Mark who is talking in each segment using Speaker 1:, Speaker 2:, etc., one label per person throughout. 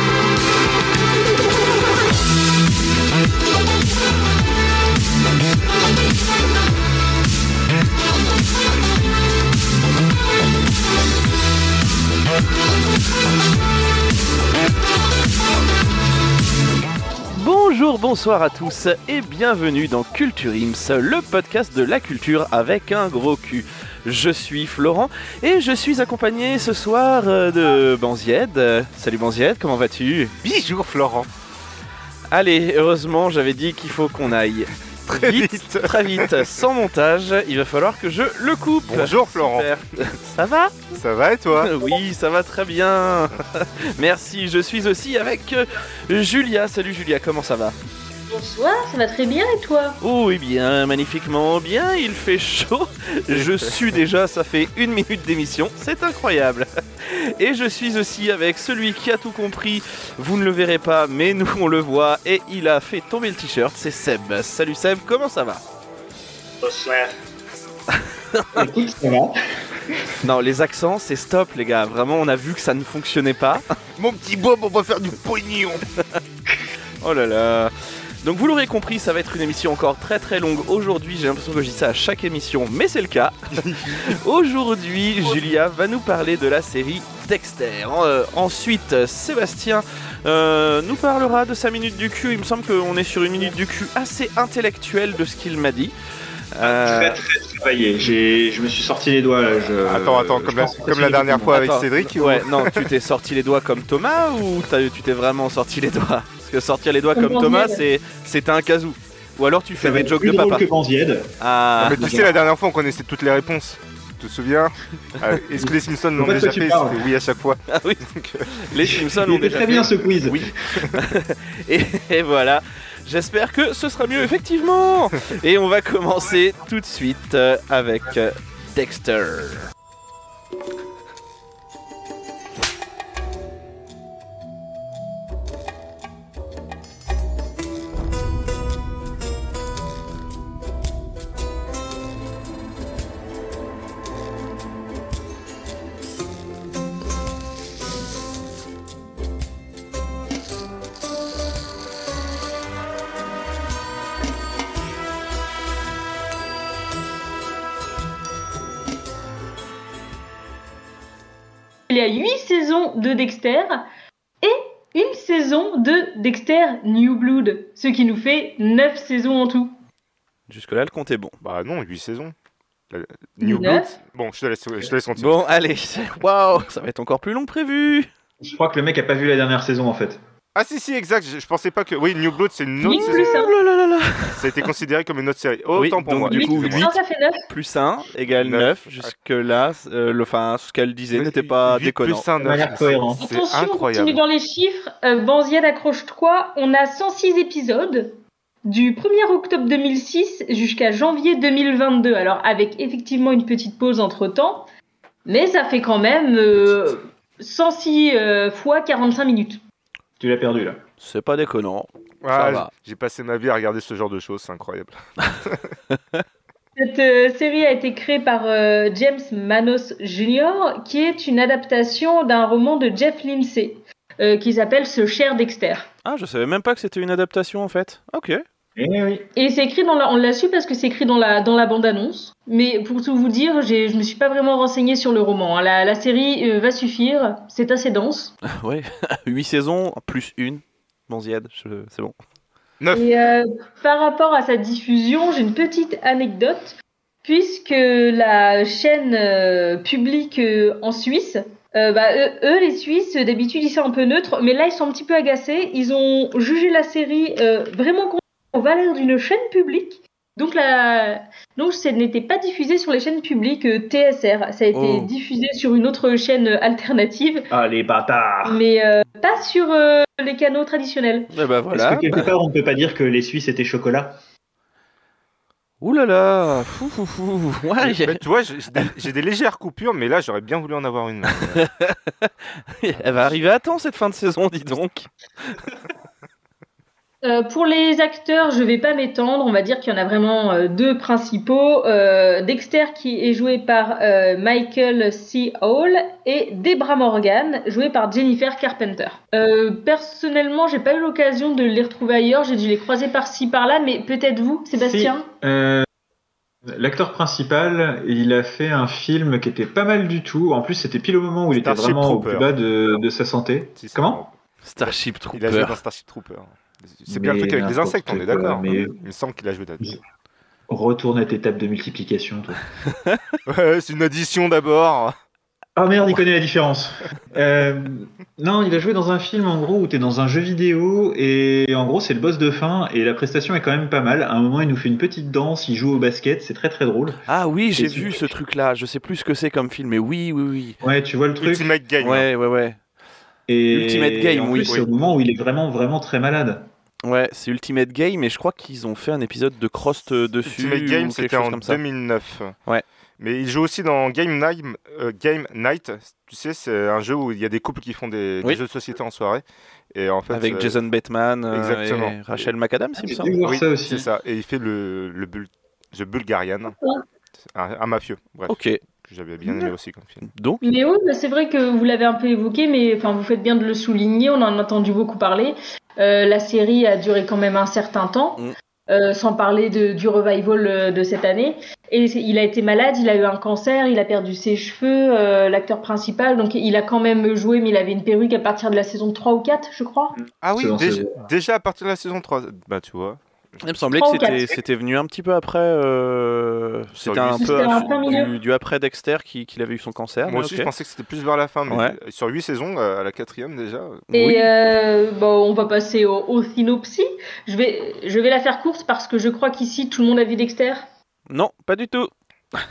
Speaker 1: Bonjour, bonsoir à tous et bienvenue dans Culture Ims, le podcast de la culture avec un gros cul. Je suis Florent et je suis accompagné ce soir euh, de Banzied. Euh, Salut Banzied, comment vas-tu
Speaker 2: Bijour Florent
Speaker 1: Allez, heureusement, j'avais dit qu'il faut qu'on aille
Speaker 2: Très vite,
Speaker 1: très vite, sans montage. Il va falloir que je le coupe.
Speaker 2: Bonjour Florent
Speaker 1: Super. Ça va
Speaker 2: Ça va et toi
Speaker 1: Oui, ça va très bien. Merci, je suis aussi avec euh, Julia. Salut Julia, comment ça va
Speaker 3: Bonsoir, ça va très bien et toi
Speaker 1: Oh, eh bien, magnifiquement bien, il fait chaud. Je suis déjà, ça fait une minute d'émission, c'est incroyable. Et je suis aussi avec celui qui a tout compris. Vous ne le verrez pas, mais nous on le voit et il a fait tomber le t-shirt, c'est Seb. Salut Seb, comment ça va
Speaker 4: Écoute, ça va.
Speaker 1: Non, les accents, c'est stop les gars. Vraiment, on a vu que ça ne fonctionnait pas.
Speaker 2: Mon petit Bob, on va faire du pognon
Speaker 1: Oh là là Donc vous l'aurez compris, ça va être une émission encore très très longue aujourd'hui. J'ai l'impression que je dis ça à chaque émission, mais c'est le cas. aujourd'hui, Julia va nous parler de la série Dexter. Euh, ensuite, Sébastien euh, nous parlera de sa minute du cul. Il me semble qu'on est sur une minute du cul assez intellectuelle de ce qu'il m'a dit. Euh,
Speaker 4: Très très travaillé. J'ai, je me suis sorti les doigts là. Je,
Speaker 2: Attends, attends,
Speaker 4: je
Speaker 2: comme la,
Speaker 4: pense que
Speaker 2: comme
Speaker 4: c'est
Speaker 2: la
Speaker 4: le
Speaker 2: dernière
Speaker 4: coup.
Speaker 2: fois avec
Speaker 1: Attends,
Speaker 2: Cédric
Speaker 1: Ouais, non, tu t'es sorti les doigts comme Thomas ou t'as- tu t'es vraiment sorti les doigts Parce que sortir les doigts
Speaker 3: Comme
Speaker 1: comme Thomas, c'est
Speaker 3: Daniel.
Speaker 1: c'est un casou. Ou alors tu
Speaker 4: Ça
Speaker 1: fais
Speaker 4: va
Speaker 1: des
Speaker 4: être
Speaker 1: jokes
Speaker 4: plus
Speaker 1: de
Speaker 4: drôle
Speaker 1: papa.
Speaker 4: que Banzied.
Speaker 1: Ah,
Speaker 2: Mais tu sais, la dernière fois, on connaissait toutes les réponses. Tu te souviens Euh, Est-ce que les Simpsons l'ont
Speaker 4: En fait,
Speaker 2: déjà
Speaker 4: toi, tu
Speaker 2: fait
Speaker 4: parles.
Speaker 2: C'était oui à chaque fois.
Speaker 1: ah oui, les Simpsons
Speaker 4: Il
Speaker 1: ont
Speaker 4: était
Speaker 1: déjà
Speaker 4: très bien ce quiz.
Speaker 1: Oui. Et, et voilà. J'espère que ce sera mieux, effectivement. Et on va commencer tout de suite euh, avec euh, Dexter.
Speaker 3: Il y a 8 saisons de Dexter et une saison de Dexter New Blood, ce qui nous fait 9 saisons en tout.
Speaker 1: Jusque-là, le compte est bon.
Speaker 2: Bah non, 8 saisons. La- New Blood.
Speaker 3: Neuf.
Speaker 2: Bon, je te laisse, je te laisse continuer.
Speaker 1: Bon, allez. Waouh, ça va être encore plus long que prévu.
Speaker 4: Je crois que le mec a pas vu la dernière saison en fait.
Speaker 2: Ah si, si, exact. Je, je pensais pas que... Oui, New Blood, c'est une
Speaker 3: New
Speaker 2: autre saison.
Speaker 3: Blood,
Speaker 1: Oh là là là là.
Speaker 2: Ça a été considéré comme une autre série. Autant
Speaker 1: Oui,
Speaker 2: pour
Speaker 1: donc
Speaker 2: moi.
Speaker 1: du
Speaker 3: Huit.
Speaker 1: coup,
Speaker 2: excusez-moi.
Speaker 3: Non, ça fait 9.
Speaker 1: Plus 1 égale
Speaker 2: Neuf.
Speaker 1: 9. Jusque-là, euh, le, enfin, ce qu'elle disait
Speaker 2: Mais
Speaker 1: n'était pas
Speaker 2: huit
Speaker 1: déconnant.
Speaker 2: plus un,
Speaker 4: De
Speaker 2: neuf.
Speaker 4: manière cohérente.
Speaker 2: C'est
Speaker 3: Attention, on continue
Speaker 2: incroyable.
Speaker 3: dans les chiffres. Euh, Banziel, accroche-toi. On a 106 épisodes du 1er octobre 2006 jusqu'à janvier 2022. Alors, avec effectivement une petite pause entre-temps, mais ça fait quand même euh, 106 euh, fois 45 minutes.
Speaker 4: Tu l'as perdu là.
Speaker 1: C'est pas déconnant.
Speaker 2: Ah,
Speaker 1: Ça va.
Speaker 2: j- J'ai passé ma vie à regarder ce genre de choses, c'est incroyable.
Speaker 3: Cette euh, série a été créée par euh, James Manos Jr., qui est une adaptation d'un roman de Jeff Lindsay, euh, qui s'appelle Ce cher Dexter.
Speaker 1: Ah, je savais même pas que c'était une adaptation en fait. Ok.
Speaker 4: Eh oui.
Speaker 3: Et c'est écrit dans la, on l'a su parce que c'est écrit dans la, dans la bande-annonce. Mais pour tout vous dire, j'ai, je me suis pas vraiment renseignée sur le roman. hein. La, la série euh, va suffire, c'est assez dense.
Speaker 1: Ouais. 8 saisons plus 1. Bon, Ziad, je- c'est bon.
Speaker 3: Et euh, par rapport à sa diffusion, j'ai une petite anecdote. Puisque la chaîne euh, publique euh, en Suisse, euh, bah, eux, eux, les Suisses, euh, d'habitude, ils sont un peu neutres, mais là, ils sont un petit peu agacés. Ils ont jugé la série euh, vraiment con- aux valeurs d'une chaîne publique. Donc, la... Donc ça n'était pas diffusé sur les chaînes publiques euh, TSR. Ça a été
Speaker 1: Oh.
Speaker 3: diffusé sur une autre chaîne euh, alternative,
Speaker 4: Ah, les bâtards
Speaker 3: mais euh, pas sur euh, les canaux traditionnels.
Speaker 1: Eh ben voilà.
Speaker 4: Est-ce que quelque part on ne peut pas dire que les Suisses étaient chocolat
Speaker 1: Ouh là là. Fou fou fou. Ouais,
Speaker 2: Mais tu vois, j'ai j'ai des, j'ai des légères coupures, mais là, j'aurais bien voulu en avoir une.
Speaker 1: Elle va arriver à temps cette fin de saison, dis donc.
Speaker 3: Euh, pour les acteurs, je vais pas m'étendre. On va dire qu'il y en a vraiment euh, deux principaux. Euh, Dexter qui est joué par euh, Michael C. Hall et Debra Morgan jouée par Jennifer Carpenter. Euh, personnellement, j'ai pas eu l'occasion de les retrouver ailleurs. J'ai dû les croiser par-ci par-là, mais peut-être vous, Sébastien.
Speaker 4: Euh, L'acteur principal, il a fait un film qui était pas mal du tout. En plus, c'était pile au moment où il était
Speaker 2: Starship
Speaker 4: vraiment au
Speaker 2: Trooper.
Speaker 4: plus bas de, de sa santé.
Speaker 2: Si, c'est
Speaker 4: Comment
Speaker 1: Starship Trooper.
Speaker 2: Il a joué dans Starship Trooper. C'est bien le
Speaker 4: Mais
Speaker 2: truc avec les
Speaker 4: n'importe
Speaker 2: insectes, on est
Speaker 4: quoi,
Speaker 2: d'accord. hein.
Speaker 4: mais- euh,
Speaker 2: Il me semble qu'il a joué là-dedans.
Speaker 4: Retourne à tes tables de multiplication. toi.
Speaker 2: Ouais, c'est une addition d'abord.
Speaker 4: Ah merde, il connaît la différence. Euh, non, il a joué dans un film en gros où t'es dans un jeu vidéo et en gros c'est le boss de fin et la prestation est quand même pas mal. À un moment, il nous fait une petite danse, il joue au basket, c'est très très drôle.
Speaker 1: Ah oui, j'ai
Speaker 4: C'est
Speaker 1: vu ce truc-là. Je sais plus ce que c'est comme film, mais oui, oui,
Speaker 4: Ouais, tu vois le truc.
Speaker 2: Ultimate Game. hein.
Speaker 1: oui. Ouais, ouais, ouais.
Speaker 4: Et
Speaker 1: Ultimate Game,
Speaker 4: en
Speaker 1: oui,
Speaker 4: plus,
Speaker 1: oui.
Speaker 4: C'est au moment où il est vraiment vraiment très malade.
Speaker 1: Ouais, c'est Ultimate Game, et je crois qu'ils ont fait un épisode de Crost euh, dessus.
Speaker 2: Ultimate Game,
Speaker 1: ou quelque
Speaker 2: c'était
Speaker 1: chose
Speaker 2: en
Speaker 1: comme ça.
Speaker 2: 2009.
Speaker 1: Ouais.
Speaker 2: Mais il joue aussi dans Game Night. euh, Game Night. Tu sais, c'est un jeu où il y a des couples qui font des, des
Speaker 1: Oui.
Speaker 2: jeux de société en soirée. Et en fait,
Speaker 1: Avec
Speaker 2: euh,
Speaker 1: Jason Bateman euh,
Speaker 2: exactement.
Speaker 1: et Rachel McAdams,
Speaker 2: Ah,
Speaker 1: il me
Speaker 4: J'ai
Speaker 1: semble.
Speaker 4: dû voir
Speaker 2: oui,
Speaker 4: ça
Speaker 2: c'est
Speaker 4: aussi.
Speaker 2: ça. Et il fait le, le Bul- The Bulgarian. Un, un mafieux. Bref,
Speaker 1: Ok,
Speaker 2: que j'avais bien aimé aussi comme film.
Speaker 1: donc
Speaker 3: Mais oui, bah, c'est vrai que vous l'avez un peu évoqué, mais enfin, vous faites bien de le souligner, on en a entendu beaucoup parler. Euh, la série a duré quand même un certain temps,
Speaker 1: Mm.
Speaker 3: euh, sans parler de- du revival euh, de cette année. Et c'est- il a été malade, il a eu un cancer, il a perdu ses cheveux, euh, l'acteur principal, donc il a quand même joué, mais il avait une perruque à partir de la saison 3 ou 4, je crois.
Speaker 1: Mm.
Speaker 2: Ah oui,
Speaker 4: C'est dans ce-
Speaker 2: déjà, déjà à partir de la saison 3. Bah, tu vois.
Speaker 1: il me semblait que
Speaker 3: Oh,
Speaker 1: c'était-
Speaker 3: quatre.
Speaker 1: c'était venu un petit peu après. euh,
Speaker 2: Sur
Speaker 1: C'était un
Speaker 2: huit
Speaker 1: peu
Speaker 3: saisons.
Speaker 1: un-
Speaker 3: C'était en plein
Speaker 1: du, du après Dexter qui- qu'il avait eu son cancer. mais
Speaker 2: Moi aussi,
Speaker 1: Ah, bah, ok.
Speaker 2: je pensais que c'était plus vers la fin. Mais
Speaker 1: Ouais.
Speaker 2: sur 8 saisons, euh, à la quatrième déjà. euh,
Speaker 3: Et
Speaker 1: Oui.
Speaker 3: euh, bon, on va passer au, au synopsis. Je vais, je vais la faire courte parce que je crois qu'ici tout le monde a vu Dexter.
Speaker 1: Non, pas du tout.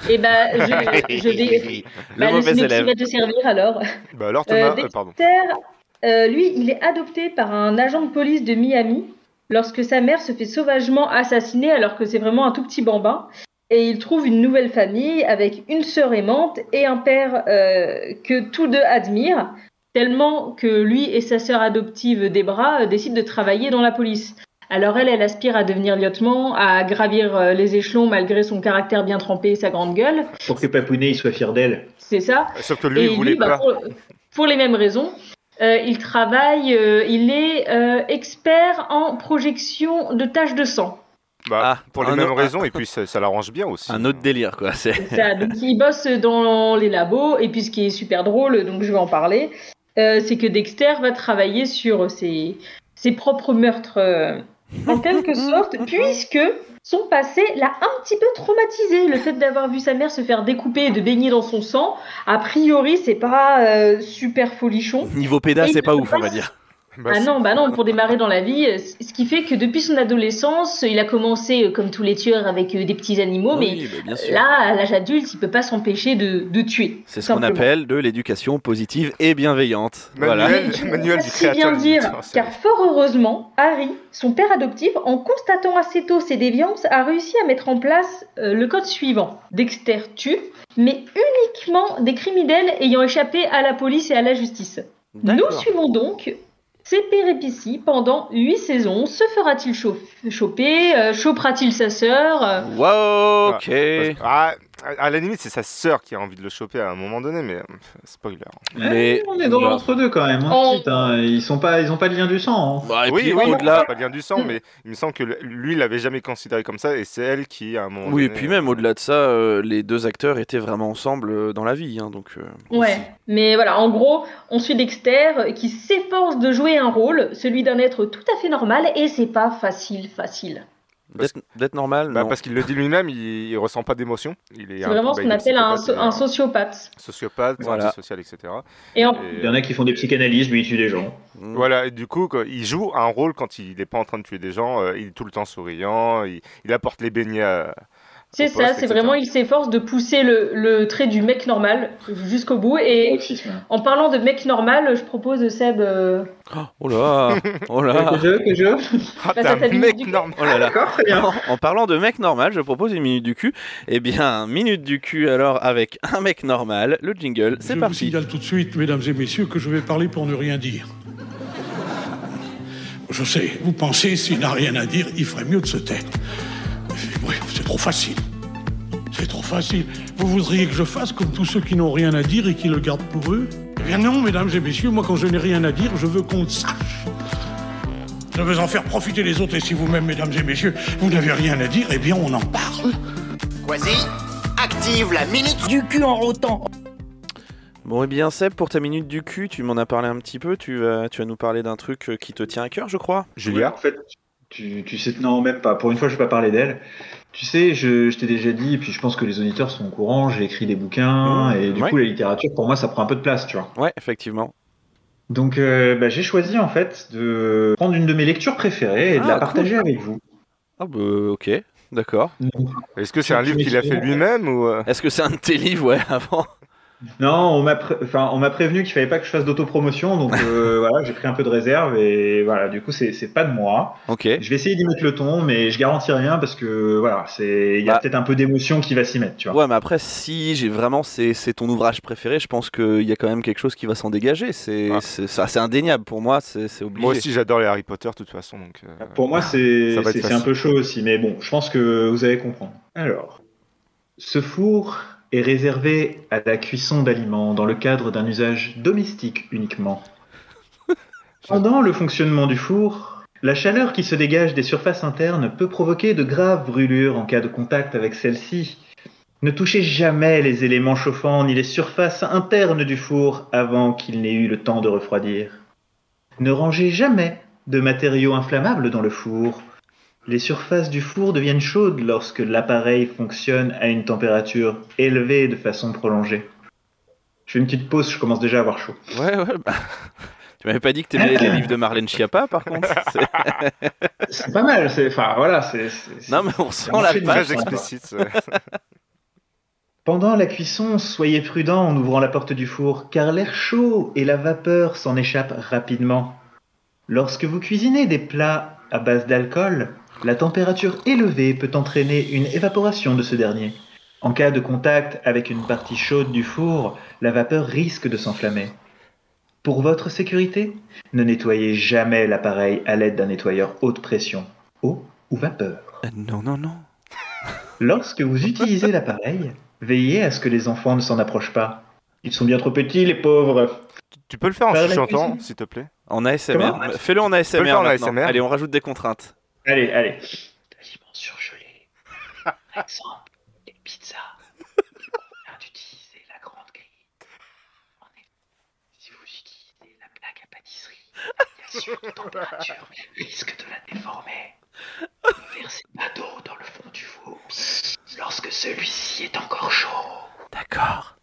Speaker 3: Et ben, je, je vais.
Speaker 1: Le
Speaker 3: Bah,
Speaker 1: mauvais
Speaker 3: synopsis
Speaker 1: élève.
Speaker 3: va te servir alors.
Speaker 2: Bah, alors, Thomas,
Speaker 3: Dexter-
Speaker 2: euh, pardon.
Speaker 3: Terre, euh, lui, il est adopté par un agent de police de Miami lorsque sa mère se fait sauvagement assassiner alors que c'est vraiment un tout petit bambin. Et il trouve une nouvelle famille avec une sœur aimante et un père euh, que tous deux admirent, tellement que lui et sa sœur adoptive Debra euh, décident de travailler dans la police. Alors elle, elle aspire à devenir lieutenant, à gravir euh, les échelons malgré son caractère bien trempé et sa grande gueule.
Speaker 4: Pour que Papounet il soit fier d'elle.
Speaker 3: C'est ça.
Speaker 2: Sauf que lui, il
Speaker 3: Et
Speaker 2: voulait
Speaker 3: bah,
Speaker 2: pas.
Speaker 3: Pour, pour les mêmes raisons. Euh, il travaille, euh, il est euh, expert en projection de taches de sang.
Speaker 2: Bah,
Speaker 1: Ah,
Speaker 2: pour les
Speaker 1: un
Speaker 2: mêmes
Speaker 1: autre-
Speaker 2: raisons, et puis ça, ça l'arrange bien aussi.
Speaker 1: Un autre délire, quoi. c'est-
Speaker 3: C'est ça. Donc, il bosse dans les labos, et puis ce qui est super drôle, donc je vais en parler, euh, c'est que Dexter va travailler sur ses, ses propres meurtres, euh, en quelque sorte, puisque son passé l'a un petit peu traumatisé. Le fait d'avoir vu sa mère se faire découper et de baigner dans son sang, a priori, c'est pas euh, super folichon.
Speaker 1: Niveau péda,
Speaker 3: Et
Speaker 1: c'est pas
Speaker 3: il
Speaker 1: ouf, on va
Speaker 3: passe-
Speaker 1: dire.
Speaker 2: Bah,
Speaker 3: Ah
Speaker 2: c'est-
Speaker 3: non, bah non, pour démarrer dans la vie, euh, c- ce qui fait que depuis son adolescence, il a commencé euh, comme tous les tueurs avec euh, des petits animaux,
Speaker 1: Oui, bah, bien
Speaker 3: mais
Speaker 1: sûr.
Speaker 3: là, à l'âge adulte, il peut pas s'empêcher de, de tuer.
Speaker 1: C'est ce qu'on
Speaker 3: simplement.
Speaker 1: appelle de l'éducation positive et bienveillante. Voilà.
Speaker 2: Manuel,
Speaker 3: Mais je
Speaker 2: Manuel
Speaker 3: voudrais
Speaker 2: du
Speaker 3: si bien
Speaker 2: créateur.
Speaker 3: dire,
Speaker 2: Putain, c'est-
Speaker 3: car fort heureusement, Harry, son père adoptif, en constatant assez tôt ses déviances, a réussi à mettre en place euh, le code suivant Dexter tue, mais uniquement des criminels ayant échappé à la police et à la justice. Nous
Speaker 1: D'accord.
Speaker 3: suivons donc ces péripéties pendant huit saisons. Se fera-t-il cho- choper euh, Chopera-t-il sa sœur euh,
Speaker 1: Wow, ok.
Speaker 2: Ah, à- à la limite, c'est sa sœur qui a envie de le choper à un moment donné, mais euh, spoiler.
Speaker 1: Mais-
Speaker 4: Eh, on est dans
Speaker 1: Bah.
Speaker 4: l'entre-deux quand même. hein,
Speaker 3: Oh.
Speaker 4: putain, ils sont pas, ils ont pas de lien du sang. hein.
Speaker 1: Bah, et
Speaker 2: oui,
Speaker 1: puis,
Speaker 2: oui,
Speaker 1: au-delà,
Speaker 2: c'est pas bien du
Speaker 3: Mm.
Speaker 2: sang, mais il me semble que le- lui, il l'avait jamais considéré comme ça, et c'est elle qui, à un moment
Speaker 1: Oui, et
Speaker 2: donné,
Speaker 1: puis
Speaker 2: euh,
Speaker 1: même au-delà de ça, euh, les deux acteurs étaient vraiment ensemble euh, dans la vie, hein, donc. euh,
Speaker 3: Ouais, mais voilà, en gros, on suit Dexter euh, qui s'efforce de jouer un rôle, celui d'un être tout à fait normal, et c'est pas facile, facile.
Speaker 2: Parce-
Speaker 1: D'être d'être normal
Speaker 2: Bah,
Speaker 1: non.
Speaker 2: parce qu'il le dit lui-même, il, il ressent pas d'émotion. Il est
Speaker 3: C'est
Speaker 2: un-
Speaker 3: vraiment
Speaker 2: bah,
Speaker 3: ce
Speaker 2: il
Speaker 3: qu'on
Speaker 2: est
Speaker 3: appelle un, so-
Speaker 2: psychopathe,
Speaker 3: un
Speaker 2: euh,
Speaker 3: sociopathe.
Speaker 2: sociopathe,
Speaker 1: Voilà.
Speaker 2: antisocial, etc.
Speaker 3: Et en-
Speaker 2: Et,
Speaker 4: Il y en a qui font des psychanalyses, lui, il tue des gens.
Speaker 1: Mm.
Speaker 2: Voilà, et du coup, quoi, il joue un rôle quand il n'est pas en train de tuer des gens, euh, il est tout le temps souriant, il, il apporte les beignets à...
Speaker 3: c'est
Speaker 2: au
Speaker 3: ça,
Speaker 2: poste,
Speaker 3: c'est
Speaker 2: etc.
Speaker 3: vraiment, il s'efforce de pousser le, le trait du mec normal jusqu'au bout. Et
Speaker 4: Autisme.
Speaker 3: en parlant de mec normal, je propose Seb. euh,
Speaker 1: Oh là Oh là
Speaker 4: Que je, que je.
Speaker 2: Ah,
Speaker 3: Bah,
Speaker 2: t'es
Speaker 3: ça
Speaker 2: un
Speaker 3: t'habille
Speaker 2: mec
Speaker 3: du-
Speaker 2: normal
Speaker 1: Oh là là
Speaker 4: D'accord, très bien.
Speaker 1: En, en parlant de mec normal, je propose une minute du cul. Eh bien, minute du cul alors avec un mec normal, le jingle, c'est
Speaker 5: je vous
Speaker 1: parti.
Speaker 5: signale tout de suite, mesdames et messieurs, que je vais parler pour ne rien dire. Je sais, vous pensez, s'il n'a rien à dire, il ferait mieux de se taire. Mais oui, c'est trop facile. C'est trop facile. Vous voudriez que je fasse comme tous ceux qui n'ont rien à dire et qui le gardent pour eux Eh bien non, mesdames et messieurs, moi quand je n'ai rien à dire, je veux qu'on le sache. Je veux en faire profiter les autres et si vous-même, mesdames et messieurs, vous n'avez rien à dire, eh bien on en parle.
Speaker 6: Quasi, active la minute
Speaker 7: Du cul en rotant.
Speaker 1: Bon, eh bien, Seb, pour ta minute du cul, tu m'en as parlé un petit peu. Tu vas, tu vas nous parler d'un truc euh, qui te tient à cœur, je crois.
Speaker 2: Julia
Speaker 4: En fait, tu, tu sais, non, même pas. Pour une fois, je vais pas parler d'elle. Tu sais, je, je t'ai déjà dit, et puis je pense que les auditeurs sont au courant, j'ai écrit des bouquins, et du
Speaker 1: Mmh, Ouais.
Speaker 4: coup, la littérature, pour moi, ça prend un peu de place, tu vois.
Speaker 1: Ouais, effectivement.
Speaker 4: Donc, euh, bah, j'ai choisi, en fait, de prendre une de mes lectures préférées et de
Speaker 1: Ah,
Speaker 4: la
Speaker 1: cool.
Speaker 4: partager avec vous.
Speaker 1: Ah, bah, ok, d'accord.
Speaker 2: Est-ce que c'est un livre qu'il a fait lui-même ou... euh,
Speaker 1: Est-ce que c'est un de tes livres, ouais, avant
Speaker 4: Non, on m'a pré- enfin, on m'a prévenu qu'il fallait pas que je fasse d'autopromotion, donc euh, voilà, j'ai pris un peu de réserve, et voilà, du coup, c'est c'est pas de moi.
Speaker 1: Ok.
Speaker 4: Je vais essayer d'y mettre le ton, mais je garantis rien, parce que, voilà, c'est- il y a
Speaker 1: Bah.
Speaker 4: peut-être un peu d'émotion qui va s'y mettre, tu vois.
Speaker 1: Ouais, mais après, si j'ai vraiment c'est, c'est ton ouvrage préféré, je pense qu'il y a quand même quelque chose qui va s'en dégager. C'est,
Speaker 2: Ah.
Speaker 1: c'est, ça, c'est indéniable pour moi, c'est, c'est obligé.
Speaker 2: Moi aussi j'adore les Harry Potter de toute façon, donc... euh,
Speaker 4: Pour moi, c'est
Speaker 2: Ça va être
Speaker 4: c'est- c'est
Speaker 2: facile.
Speaker 4: un peu chaud aussi, mais bon, je pense que vous allez comprendre. Alors, ce four est réservé à la cuisson d'aliments dans le cadre d'un usage domestique uniquement. Pendant le fonctionnement du four, la chaleur qui se dégage des surfaces internes peut provoquer de graves brûlures en cas de contact avec celle-ci. Ne touchez jamais les éléments chauffants ni les surfaces internes du four avant qu'il n'ait eu le temps de refroidir. Ne rangez jamais de matériaux inflammables dans le four. Les surfaces du four deviennent chaudes lorsque l'appareil fonctionne à une température élevée de façon prolongée. Je fais une petite pause, je commence déjà à avoir chaud.
Speaker 1: Ouais, ouais. bah, tu m'avais pas dit que t'aimais les livres de Marlène Schiappa, par contre. C'est-
Speaker 4: C'est pas mal, c'est enfin voilà, c'est c'est- c'est-
Speaker 1: Non, mais on sent
Speaker 4: On
Speaker 1: la
Speaker 4: fait une
Speaker 1: patte.
Speaker 2: Très explicite. euh,
Speaker 4: Pendant la cuisson, soyez prudent en ouvrant la porte du four, car l'air chaud et la vapeur s'en échappent rapidement. Lorsque vous cuisinez des plats à base d'alcool, la température élevée peut entraîner une évaporation de ce dernier. En cas de contact avec une partie chaude du four, la vapeur risque de s'enflammer. Pour votre sécurité, ne nettoyez jamais l'appareil à l'aide d'un nettoyeur haute pression, eau ou vapeur.
Speaker 1: Non, non, non.
Speaker 4: Lorsque vous utilisez l'appareil, veillez à ce que les enfants ne s'en approchent pas. Ils sont bien trop petits, les pauvres.
Speaker 2: tu peux le faire en
Speaker 4: Par la
Speaker 2: chuchotant,
Speaker 4: cuisine.
Speaker 2: s'il te plaît
Speaker 1: En ASMR.
Speaker 4: Comment
Speaker 1: Fais-le en ASMR.
Speaker 2: le faire en
Speaker 1: maintenant.
Speaker 2: ASMR.
Speaker 1: Allez, on rajoute des contraintes.
Speaker 4: Allez, allez. D'aliments surgelés. Par exemple, les pizzas. On vient d'utiliser la grande grille. En effet, si vous utilisez la plaque à pâtisserie, la surtempérature température risque de la déformer. Ne versez pas d'eau dans le fond du four lorsque celui-ci est encore chaud.
Speaker 1: D'accord.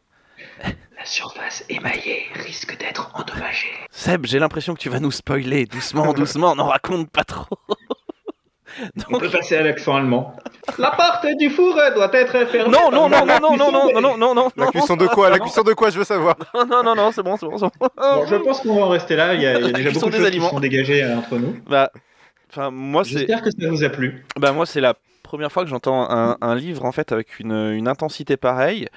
Speaker 4: La surface émaillée risque d'être endommagée.
Speaker 1: Seb, j'ai l'impression que tu vas nous spoiler. Doucement, doucement, n'en raconte pas trop.
Speaker 4: On
Speaker 1: Donc-
Speaker 4: peut passer à l'accent allemand. La porte du four doit être fermée.
Speaker 1: Non,
Speaker 4: par
Speaker 1: non, non,
Speaker 4: la
Speaker 1: non, non, non, non, non, non, non, non.
Speaker 2: La
Speaker 1: non,
Speaker 2: cuisson
Speaker 1: ça
Speaker 2: de
Speaker 1: va,
Speaker 2: quoi
Speaker 1: ça
Speaker 2: La
Speaker 1: va.
Speaker 2: cuisson de quoi Je veux savoir
Speaker 1: Non, non, non, non, c'est bon, c'est bon, c'est bon.
Speaker 4: Bon, je pense qu'on va en rester là. Il y a, il y a déjà
Speaker 1: Qui sont
Speaker 4: beaucoup
Speaker 1: des
Speaker 4: de choses
Speaker 1: aliments.
Speaker 4: qui sont dégagées euh, entre nous.
Speaker 1: Bah, enfin, moi, c'est.
Speaker 4: J'espère que ça vous a plu.
Speaker 1: Bah moi c'est la première fois que j'entends un, un livre en fait avec une, une intensité pareille.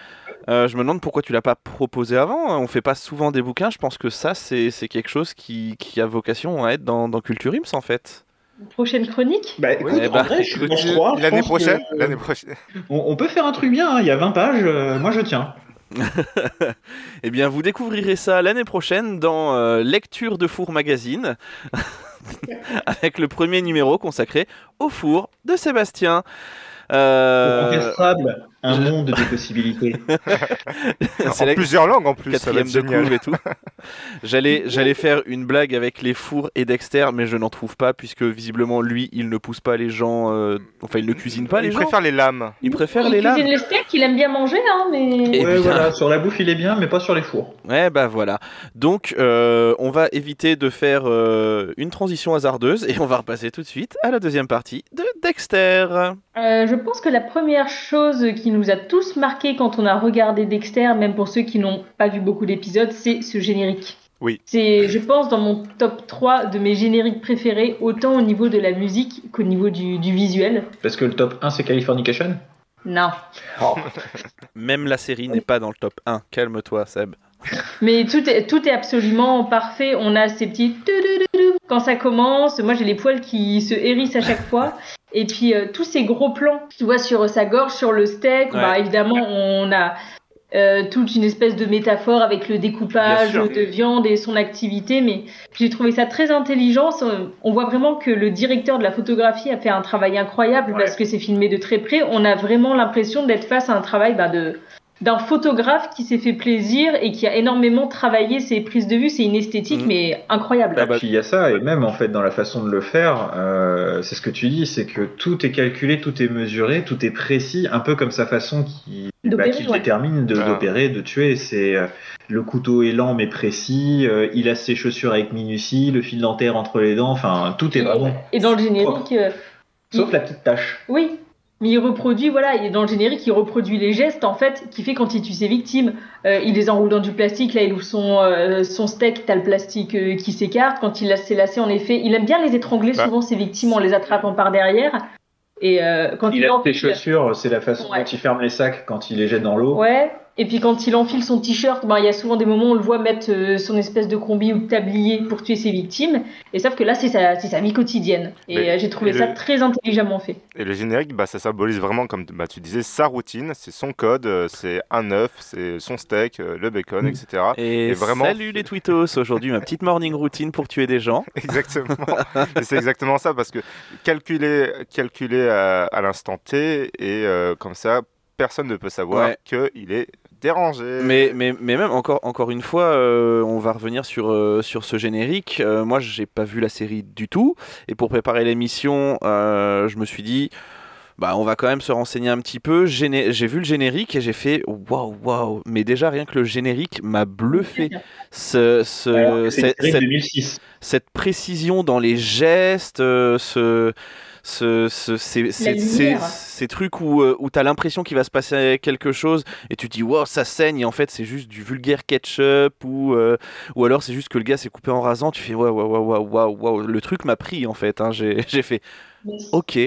Speaker 1: Euh, je me demande pourquoi tu l'as pas proposé avant. hein. On fait pas souvent des bouquins. Je pense que ça c'est c'est quelque chose qui, qui a vocation à être dans, dans Culture Ims en fait.
Speaker 3: prochaine chronique
Speaker 4: Bah, écoute,
Speaker 1: Eh ben,
Speaker 4: en vrai, je,
Speaker 1: écoute,
Speaker 4: moi, je crois, je
Speaker 2: L'année
Speaker 4: pense que,
Speaker 2: prochaine
Speaker 4: euh,
Speaker 2: L'année prochaine.
Speaker 4: on, on peut faire un truc bien. hein. Il y a 20 pages. euh, moi, je tiens.
Speaker 1: Eh bien vous découvrirez ça l'année prochaine dans euh, Lecture de Four Magazine avec le premier numéro consacré au four de Sébastien. Euh,
Speaker 4: Orchestrable. Un monde de possibilités.
Speaker 1: C'est
Speaker 2: En
Speaker 1: la
Speaker 2: plusieurs langues en plus, ça va être
Speaker 1: quatrième de
Speaker 2: génial.
Speaker 1: couve et tout. J'allais, j'allais faire une blague avec les fours et Dexter, mais je n'en trouve pas puisque visiblement lui, il ne pousse pas les gens. euh, enfin, il ne cuisine pas les
Speaker 2: il
Speaker 1: gens.
Speaker 2: préfère les lames.
Speaker 1: Il préfère
Speaker 3: il
Speaker 1: les lames.
Speaker 3: cuisine les steaks, il aime bien manger, hein, mais.
Speaker 1: Et-
Speaker 4: ouais,
Speaker 1: Eh bien.
Speaker 4: voilà, sur la bouffe, il est bien, mais pas sur les fours.
Speaker 1: Ouais, bah voilà. Donc, euh, on va éviter de faire euh, une transition hasardeuse et on va repasser tout de suite à la deuxième partie de Dexter.
Speaker 3: Euh, je pense que la première chose qui nous a tous marqué quand on a regardé Dexter, même pour ceux qui n'ont pas vu beaucoup d'épisodes, c'est ce générique.
Speaker 2: Oui.
Speaker 3: C'est, je pense, dans mon top 3 de mes génériques préférés, autant au niveau de la musique qu'au niveau du, du visuel.
Speaker 4: Parce que le top 1, c'est Californication
Speaker 3: Non.
Speaker 1: Oh. Même la série n'est pas dans le top 1. Calme-toi, Seb.
Speaker 3: Mais tout est, tout est absolument parfait. On a ces petits tout-tout-tout-tout quand ça commence. Moi, j'ai les poils qui se hérissent à chaque fois. Et puis, euh, tous ces gros plans, tu vois, sur sa gorge, sur le steak.
Speaker 1: Ouais.
Speaker 3: Bah, évidemment, on a euh, toute une espèce de métaphore avec le découpage
Speaker 1: Bien sûr.
Speaker 3: de viande et son activité. Mais j'ai trouvé ça très intelligent. Ça, euh, On voit vraiment que le directeur de la photographie a fait un travail incroyable parce que c'est filmé de très près. On a vraiment l'impression d'être face à un travail bah, de d'un photographe qui s'est fait plaisir et qui a énormément travaillé ses prises de vue. C'est une esthétique,
Speaker 1: Mhm.
Speaker 3: mais incroyable.
Speaker 1: Ah bah-
Speaker 4: Puis il y a ça, et même en fait dans la façon de le faire, euh, c'est ce que tu dis, c'est que tout est calculé, tout est mesuré, tout est précis, un peu comme sa façon qui, bah,
Speaker 3: D'opérer,
Speaker 4: qui
Speaker 3: ouais.
Speaker 4: détermine de-
Speaker 2: Ah.
Speaker 4: d'opérer, de, tuer. C'est euh, le couteau est lent mais précis, euh, il a ses chaussures avec minutie, le fil dentaire entre les dents, enfin tout est vraiment.
Speaker 3: Et dans le générique,
Speaker 4: propre.
Speaker 3: euh,
Speaker 4: Sauf la petite tache.
Speaker 3: oui. Mais il reproduit, voilà, et dans le générique, il reproduit les gestes, en fait, qu'il fait quand il tue ses victimes. Euh, il les enroule dans du plastique, là, il ouvre son, euh, son steak, t'as le plastique euh, qui s'écarte. Quand il laisse ses lacets, en effet, il aime bien les étrangler,
Speaker 2: Bah.
Speaker 3: souvent, ses victimes, en les attrapant par derrière. Et euh, quand il,
Speaker 4: Il a
Speaker 3: enfile-
Speaker 4: ses chaussures, c'est la façon
Speaker 3: Ouais.
Speaker 4: dont il ferme les sacs quand il les jette dans l'eau.
Speaker 3: Ouais, et puis quand il enfile son t-shirt, ben, il y a souvent des moments où on le voit mettre euh, son espèce de combi ou de tablier pour tuer ses victimes. Et sauf que là, c'est sa, c'est sa vie quotidienne. Et
Speaker 2: Mais-
Speaker 3: euh, j'ai trouvé
Speaker 2: et
Speaker 3: ça
Speaker 2: le-
Speaker 3: très intelligemment fait.
Speaker 2: Et le générique, bah, ça symbolise vraiment, comme bah, tu disais, sa routine, c'est son code, euh, c'est un œuf, c'est son steak, euh, le bacon,
Speaker 4: Mm.
Speaker 2: etc.
Speaker 1: Et,
Speaker 2: Et vraiment-
Speaker 1: salut les twittos. Aujourd'hui, ma petite morning routine pour tuer des gens.
Speaker 2: Exactement. Et c'est exactement ça, parce que calculer, calculer à, à l'instant T, et euh, comme ça, personne ne peut savoir
Speaker 1: Ouais.
Speaker 2: qu'il est dérangé.
Speaker 1: Mais, mais, mais même encore, encore une fois, euh, on va revenir sur, euh, sur ce générique. Euh, moi, j'ai pas vu la série du tout. Et pour préparer l'émission, euh, je me suis dit, bah, on va quand même se renseigner un petit peu. Géné- J'ai vu le générique et j'ai fait, waouh, waouh. Mais déjà, rien que le générique m'a bluffé. Ce, ce-
Speaker 4: Alors que Euh, c'est une
Speaker 1: cette-
Speaker 4: série de
Speaker 1: cette
Speaker 4: 2006.
Speaker 1: cette précision dans les gestes, euh, ce, ce, ce- ces, ces- ces-
Speaker 3: lumière.
Speaker 1: ces trucs où, euh, où tu as l'impression qu'il va se passer quelque chose et tu te dis wow, ça saigne et en fait c'est juste du vulgaire ketchup ou, euh, ou alors c'est juste que le gars s'est coupé en rasant, tu fais waouh, waouh, waouh, waouh, waouh. Le truc m'a pris en fait, hein. j'ai j'ai fait ok.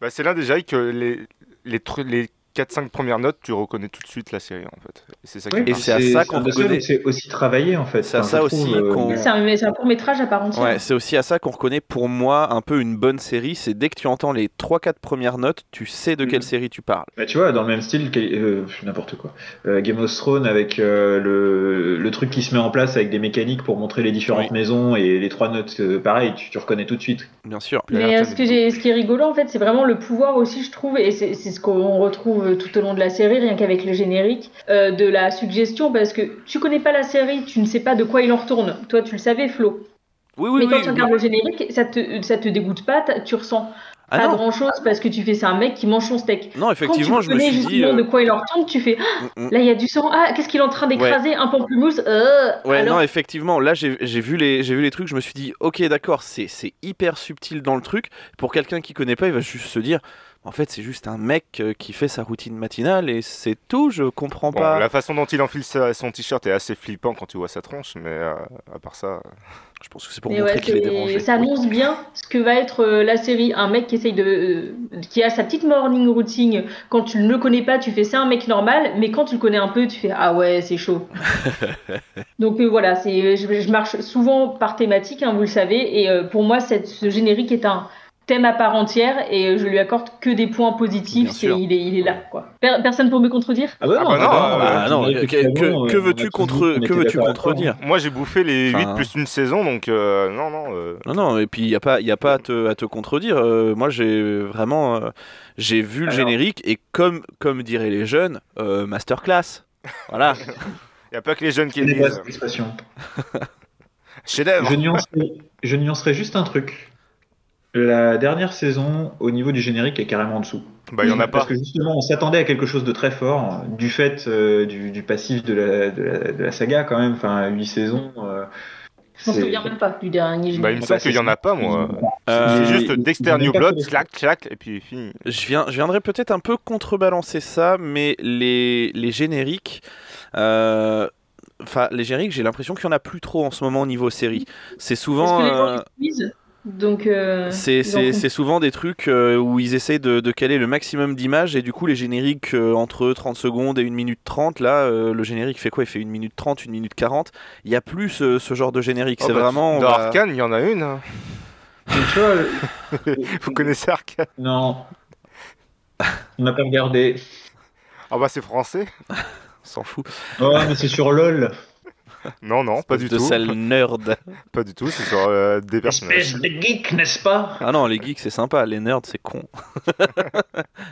Speaker 2: Bah, c'est là déjà que les, les, tru- les 4-5 premières notes, tu reconnais tout de suite la série, en fait. Et c'est ça qui
Speaker 4: Oui,
Speaker 2: est
Speaker 1: Et
Speaker 2: marrant.
Speaker 1: c'est à ça qu'on
Speaker 4: un des seuls
Speaker 1: reconnaît.
Speaker 4: où C'est aussi travaillé en fait.
Speaker 1: C'est à
Speaker 4: Enfin,
Speaker 1: ça
Speaker 4: je
Speaker 1: aussi
Speaker 4: euh,
Speaker 1: qu'on-
Speaker 3: C'est un, c'est un court-métrage à part entière.
Speaker 1: Ouais, c'est aussi à ça qu'on reconnaît pour moi un peu une bonne série, c'est dès que tu entends les 3-4 premières notes, tu sais de
Speaker 3: Mm.
Speaker 1: quelle
Speaker 4: Mhm.
Speaker 1: série tu parles.
Speaker 4: Bah, tu vois, dans le même style, que- euh, n'importe quoi. Euh, Game of Thrones avec euh, le, le truc qui se met en place avec des mécaniques pour montrer les différentes
Speaker 1: Oui.
Speaker 4: maisons et les trois notes, euh, pareil, tu, tu reconnais tout de suite.
Speaker 1: Bien sûr.
Speaker 3: Mais euh, ce, que j'ai- ce qui est rigolo, en fait, c'est vraiment le pouvoir aussi, je trouve, et c'est c'est ce qu'on retrouve euh, tout au long de la série, rien qu'avec le générique, euh, de la suggestion, parce que tu connais pas la série, tu ne sais pas de quoi il en retourne. Toi, tu le savais, Flo.
Speaker 1: Oui, oui,
Speaker 3: mais quand
Speaker 1: oui,
Speaker 3: tu
Speaker 1: oui.
Speaker 3: regardes le générique, ça te, ça te dégoûte pas, t'as- tu ressens
Speaker 1: Ah
Speaker 3: pas
Speaker 1: non,
Speaker 3: grand chose parce que tu fais c'est un mec qui mange son steak.
Speaker 1: non, effectivement,
Speaker 3: Quand tu
Speaker 1: je me
Speaker 3: connais
Speaker 1: suis dit.
Speaker 3: justement
Speaker 1: euh,
Speaker 3: de quoi il en retourne, tu fais Ah,
Speaker 1: mm, mm.
Speaker 3: là il y a du sang, ah qu'est-ce qu'il est en train d'écraser un pamplemousse euh,
Speaker 1: Ouais,
Speaker 3: alors-
Speaker 1: non, effectivement, là j'ai j'ai vu, les- j'ai vu les trucs, je me suis dit, ok, d'accord, c'est c'est hyper subtil dans le truc. Pour quelqu'un qui connaît pas, il va juste se dire, en fait, c'est juste un mec euh, qui fait sa routine matinale et c'est tout, je comprends
Speaker 2: Bon,
Speaker 1: pas.
Speaker 2: la façon dont il enfile sa- son t-shirt est assez flippant quand tu vois sa tronche, mais euh, à part ça,
Speaker 1: Je pense que c'est pour
Speaker 3: Mais
Speaker 1: montrer
Speaker 3: ouais,
Speaker 1: qu'il est
Speaker 3: c'est-
Speaker 1: dérangé.
Speaker 3: ça annonce bien ce que va être euh, la série. Un mec qui essaye de, euh, qui a sa petite morning routine. Quand tu ne le connais pas, tu fais c'est un mec normal, mais quand tu le connais un peu, tu fais ah ouais, c'est chaud. Donc euh, voilà, c'est, je, je marche souvent par thématique, hein, vous le savez, et euh, pour moi, cette- ce générique est un thème à part entière et euh, je lui accorde que des points positifs.
Speaker 1: Bien
Speaker 3: C'est,
Speaker 1: sûr.
Speaker 3: il, est, il est là, quoi. Per- personne pour me contredire
Speaker 4: Ah bah
Speaker 2: Ah bah non,
Speaker 1: Ah
Speaker 2: euh,
Speaker 1: non,
Speaker 4: c'est
Speaker 1: que,
Speaker 4: vrai que
Speaker 1: que-
Speaker 4: finalement,
Speaker 1: que
Speaker 4: euh, on a
Speaker 1: veux-tu
Speaker 4: tous
Speaker 1: contre,
Speaker 4: dit qu'on
Speaker 1: que
Speaker 4: était
Speaker 1: veux-tu
Speaker 4: d'accord.
Speaker 1: contredire
Speaker 2: Moi, j'ai bouffé les
Speaker 1: Enfin,
Speaker 2: 8 plus une saison, donc euh, non, non. euh,
Speaker 1: Non, non, et puis il n'y a pas, y a pas à, te, à te contredire. Euh, moi, j'ai vraiment euh, j'ai vu le
Speaker 4: Alors.
Speaker 1: générique et comme, comme diraient les jeunes, euh, masterclass. Voilà.
Speaker 2: Il n'y a pas que les jeunes qui
Speaker 4: Je n'ai
Speaker 1: euh
Speaker 4: pas
Speaker 2: disent
Speaker 4: cette expression.
Speaker 2: chef-d'œuvre. hein.
Speaker 4: Je nuancerai, je nuancerai juste un truc. La dernière saison, au niveau du générique, est carrément en dessous.
Speaker 2: Bah, il n'y en a
Speaker 4: Parce
Speaker 2: pas.
Speaker 4: que justement, on s'attendait à quelque chose de très fort, euh, du fait euh, du, du passif de la, de, la, de la saga, quand même. Enfin, 8 saisons. euh,
Speaker 3: Je m'en
Speaker 4: c'est-
Speaker 3: souviens même pas du
Speaker 2: Bah, il
Speaker 3: dernier.
Speaker 2: me
Speaker 3: générique.
Speaker 2: semble qu'il n'y en a pas, moi. C'est
Speaker 1: Euh,
Speaker 2: juste Dexter
Speaker 4: il- il-
Speaker 2: New
Speaker 4: il-
Speaker 2: Blood,
Speaker 4: il-
Speaker 2: clac, clac, et puis fini.
Speaker 1: Je, viens, je viendrai peut-être un peu contrebalancer ça, mais les, les génériques. euh, Enfin, les génériques, j'ai l'impression qu'il n'y en a plus trop en ce moment au niveau série. C'est
Speaker 3: Parce
Speaker 1: souvent.
Speaker 3: que les gens
Speaker 1: euh,
Speaker 3: l'utilisent, Donc, euh,
Speaker 1: C'est
Speaker 3: ils en
Speaker 1: c'est-
Speaker 3: font.
Speaker 1: c'est souvent des trucs euh, où ils essayent de, de caler le maximum d'images et du coup les génériques euh, entre 30 secondes et 1 minute 30, là euh, le générique fait quoi Il fait 1 minute 30, 1 minute 40. Il n'y a plus ce, ce genre de générique.
Speaker 2: Oh,
Speaker 1: c'est
Speaker 2: bah,
Speaker 1: vraiment... on
Speaker 2: Dans
Speaker 1: va-
Speaker 2: Arkane, il y en a une. hein.
Speaker 4: Mais tu vois, le-
Speaker 2: Vous connaissez Arkane
Speaker 4: non. On n'a pas regardé.
Speaker 2: Ah bah, c'est français
Speaker 1: On s'en fout.
Speaker 4: Oh, mais c'est sur LOL.
Speaker 2: Non, non, pas du
Speaker 1: de
Speaker 2: tout.
Speaker 1: sale nerd.
Speaker 2: Pas du tout, c'est sur euh, des personnages.
Speaker 4: de geek, n'est-ce pas
Speaker 1: Ah non, les geeks c'est sympa, les nerds c'est con.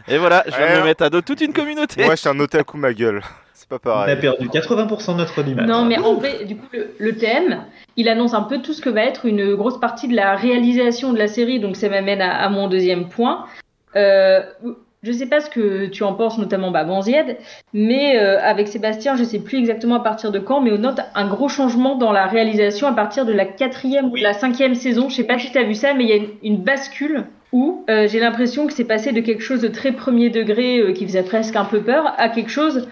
Speaker 1: et voilà, je viens de
Speaker 2: Alors-
Speaker 1: me mettre à dos toute une communauté.
Speaker 2: Moi, je suis un otaku, ma gueule. C'est pas
Speaker 4: On a
Speaker 2: pareil.
Speaker 4: perdu 80% de notre audimat.
Speaker 3: Non, mais en vrai, du coup, le, le thème, il annonce un peu tout ce que va être une grosse partie de la réalisation de la série, donc ça m'amène à, à mon deuxième point. Euh, je sais pas ce que tu en penses, notamment bah, Banzied, mais euh, avec Sébastien, je sais plus exactement à partir de quand, mais on note un gros changement dans la réalisation à partir de la quatrième ou de la cinquième saison. Je sais pas si tu as vu ça, mais il y a une, une bascule où euh, j'ai l'impression que c'est passé de quelque chose de très premier degré euh, qui faisait presque un peu peur à quelque chose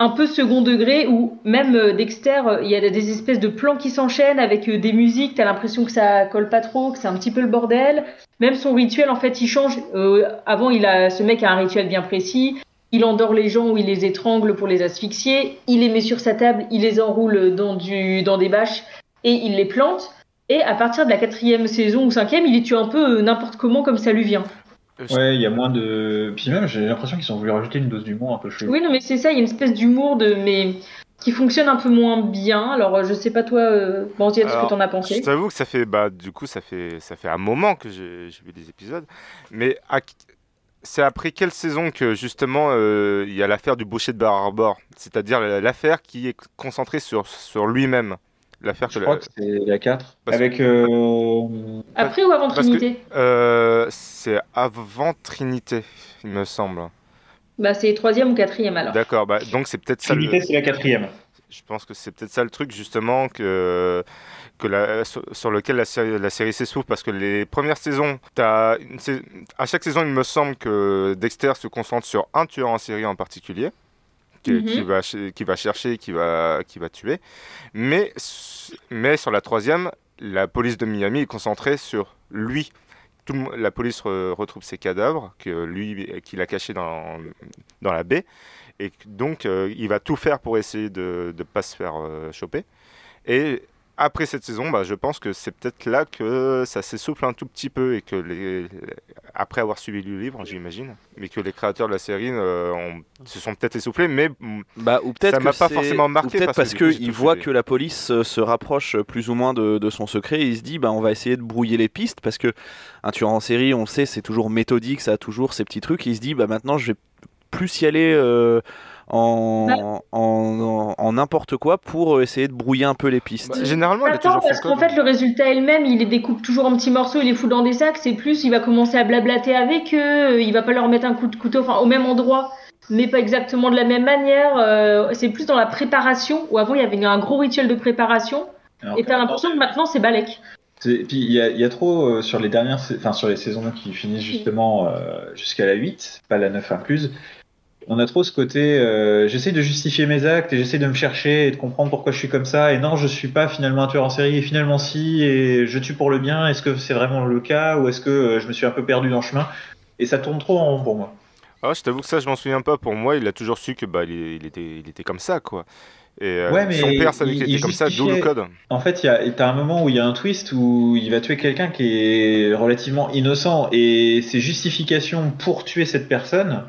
Speaker 3: un peu second degré où même euh, Dexter, euh, il y a des espèces de plans qui s'enchaînent avec euh, des musiques, t'as l'impression que ça colle pas trop, que c'est un petit peu le bordel. Même son rituel, en fait, il change. Euh, avant, il a, ce mec a un rituel bien précis. Il endort les gens ou il les étrangle pour les asphyxier. Il les met sur sa table, il les enroule dans, du, dans des bâches et il les plante. Et à partir de la quatrième saison ou cinquième, il les tue un peu euh, n'importe comment comme ça lui vient.
Speaker 4: Ouais, il y a moins de. Puis même, j'ai l'impression qu'ils ont voulu rajouter une dose d'humour un peu
Speaker 2: Mm.
Speaker 4: chelou.
Speaker 3: Oui, non, mais c'est ça, il y a une espèce d'humour de mais qui fonctionne un peu moins bien. Alors, euh, je sais pas toi, euh, Banziel, ce que
Speaker 2: Alors,
Speaker 3: t'en as
Speaker 2: Je
Speaker 3: pensé.
Speaker 2: t'avoue que ça fait, bah, du coup, ça fait, ça fait un moment que j'ai j'ai vu les épisodes. Mais à- c'est après quelle saison que justement euh, il y a l'affaire du boucher de Bar Harbor, c'est-à-dire l'affaire qui est concentrée sur, sur lui-même, l'affaire
Speaker 4: Je
Speaker 2: que
Speaker 4: crois
Speaker 2: la-
Speaker 4: que c'est la 4.
Speaker 2: Parce-
Speaker 4: Avec. euh,
Speaker 3: Après ou avant
Speaker 2: parce
Speaker 3: Trinité
Speaker 2: Euh, c'est avant Trinité, il me semble.
Speaker 3: Bah, c'est troisième ou quatrième alors.
Speaker 2: D'accord, bah, donc c'est peut-être ça. le-
Speaker 4: Trinité, c'est la quatrième.
Speaker 2: Je pense que c'est peut-être ça le truc justement que, que la- sur, sur lequel la, série- la série s'essouffle parce que les premières saisons, t'as une sais- à chaque saison il me semble que Dexter se concentre sur un tueur en série en particulier qui,
Speaker 3: Mhm.
Speaker 2: qui va, ch- qui va chercher, qui va, qui va tuer. Mais, s- mais sur la troisième, la police de Miami est concentrée sur lui. Tout le mo- la police re- retrouve ses cadavres que lui qu'il a cachés dans, dans la baie et que- donc euh, il va tout faire pour essayer de ne pas se faire euh, choper. Et après cette saison, bah, je pense que c'est peut-être là que ça s'essouffle un tout petit peu et que les... après avoir suivi le livre, j'imagine, mais que les créateurs de la série euh, ont- se sont peut-être essoufflés, mais mm,
Speaker 1: Bah, ou peut-être
Speaker 2: Ça
Speaker 1: que
Speaker 2: m'a pas
Speaker 1: c'est-
Speaker 2: forcément
Speaker 1: ou
Speaker 2: marqué
Speaker 1: peut-être
Speaker 2: parce que
Speaker 1: parce
Speaker 2: du
Speaker 1: que
Speaker 2: coup, j'ai
Speaker 1: il
Speaker 2: tout
Speaker 1: voit
Speaker 2: fait.
Speaker 1: que la police euh, se rapproche euh, plus ou moins de, de son secret. Et il se dit, bah, on va essayer de brouiller les pistes parce que un tueur en série, on le sait, c'est toujours méthodique, ça a toujours ces petits trucs. Et il se dit, bah, maintenant, je vais plus y aller euh, en, en, en- en n'importe quoi pour euh, essayer de brouiller un peu les pistes.
Speaker 2: bah, généralement, elle est
Speaker 3: Attends,
Speaker 2: toujours
Speaker 3: parce
Speaker 2: focale.
Speaker 3: qu'en fait, le résultat est le même. Il les découpe toujours en petits morceaux, il les fout dans des sacs. C'est plus, il va commencer à blablater avec eux. euh, Il va pas leur mettre un coup de couteau, enfin, au même endroit, mais pas exactement de la même manière. euh, c'est plus dans la préparation, où avant, il y avait un gros rituel de préparation.
Speaker 4: Alors,
Speaker 3: Et t'as l'impression que maintenant, c'est Balek.
Speaker 4: c'est- Puis il y, a- il y a trop euh, sur les dernières, sa- enfin sur les saisons qui finissent justement euh, jusqu'à la 8, pas la 9 incluse. On a trop ce côté, euh, j'essaie de justifier mes actes et j'essaie de me chercher et de comprendre pourquoi je suis comme ça. Et non, je suis pas finalement un tueur en série et finalement si et je tue pour le bien. Est-ce que c'est vraiment le cas ou est-ce que euh, je me suis un peu perdu dans le chemin Et ça tourne trop en rond pour moi.
Speaker 2: Ah, je t'avoue que ça, je m'en souviens pas. Pour moi, il a toujours su que bah, il, il était, il était comme ça, quoi. Et euh,
Speaker 4: Ouais, mais
Speaker 2: son père savait qu'il
Speaker 4: il- il
Speaker 2: était comme ça, d'où le
Speaker 4: justifiait-
Speaker 2: code.
Speaker 4: En fait, il y a- t'as un moment où il y a un twist où il va tuer quelqu'un qui est relativement innocent et ses justifications pour tuer cette personne,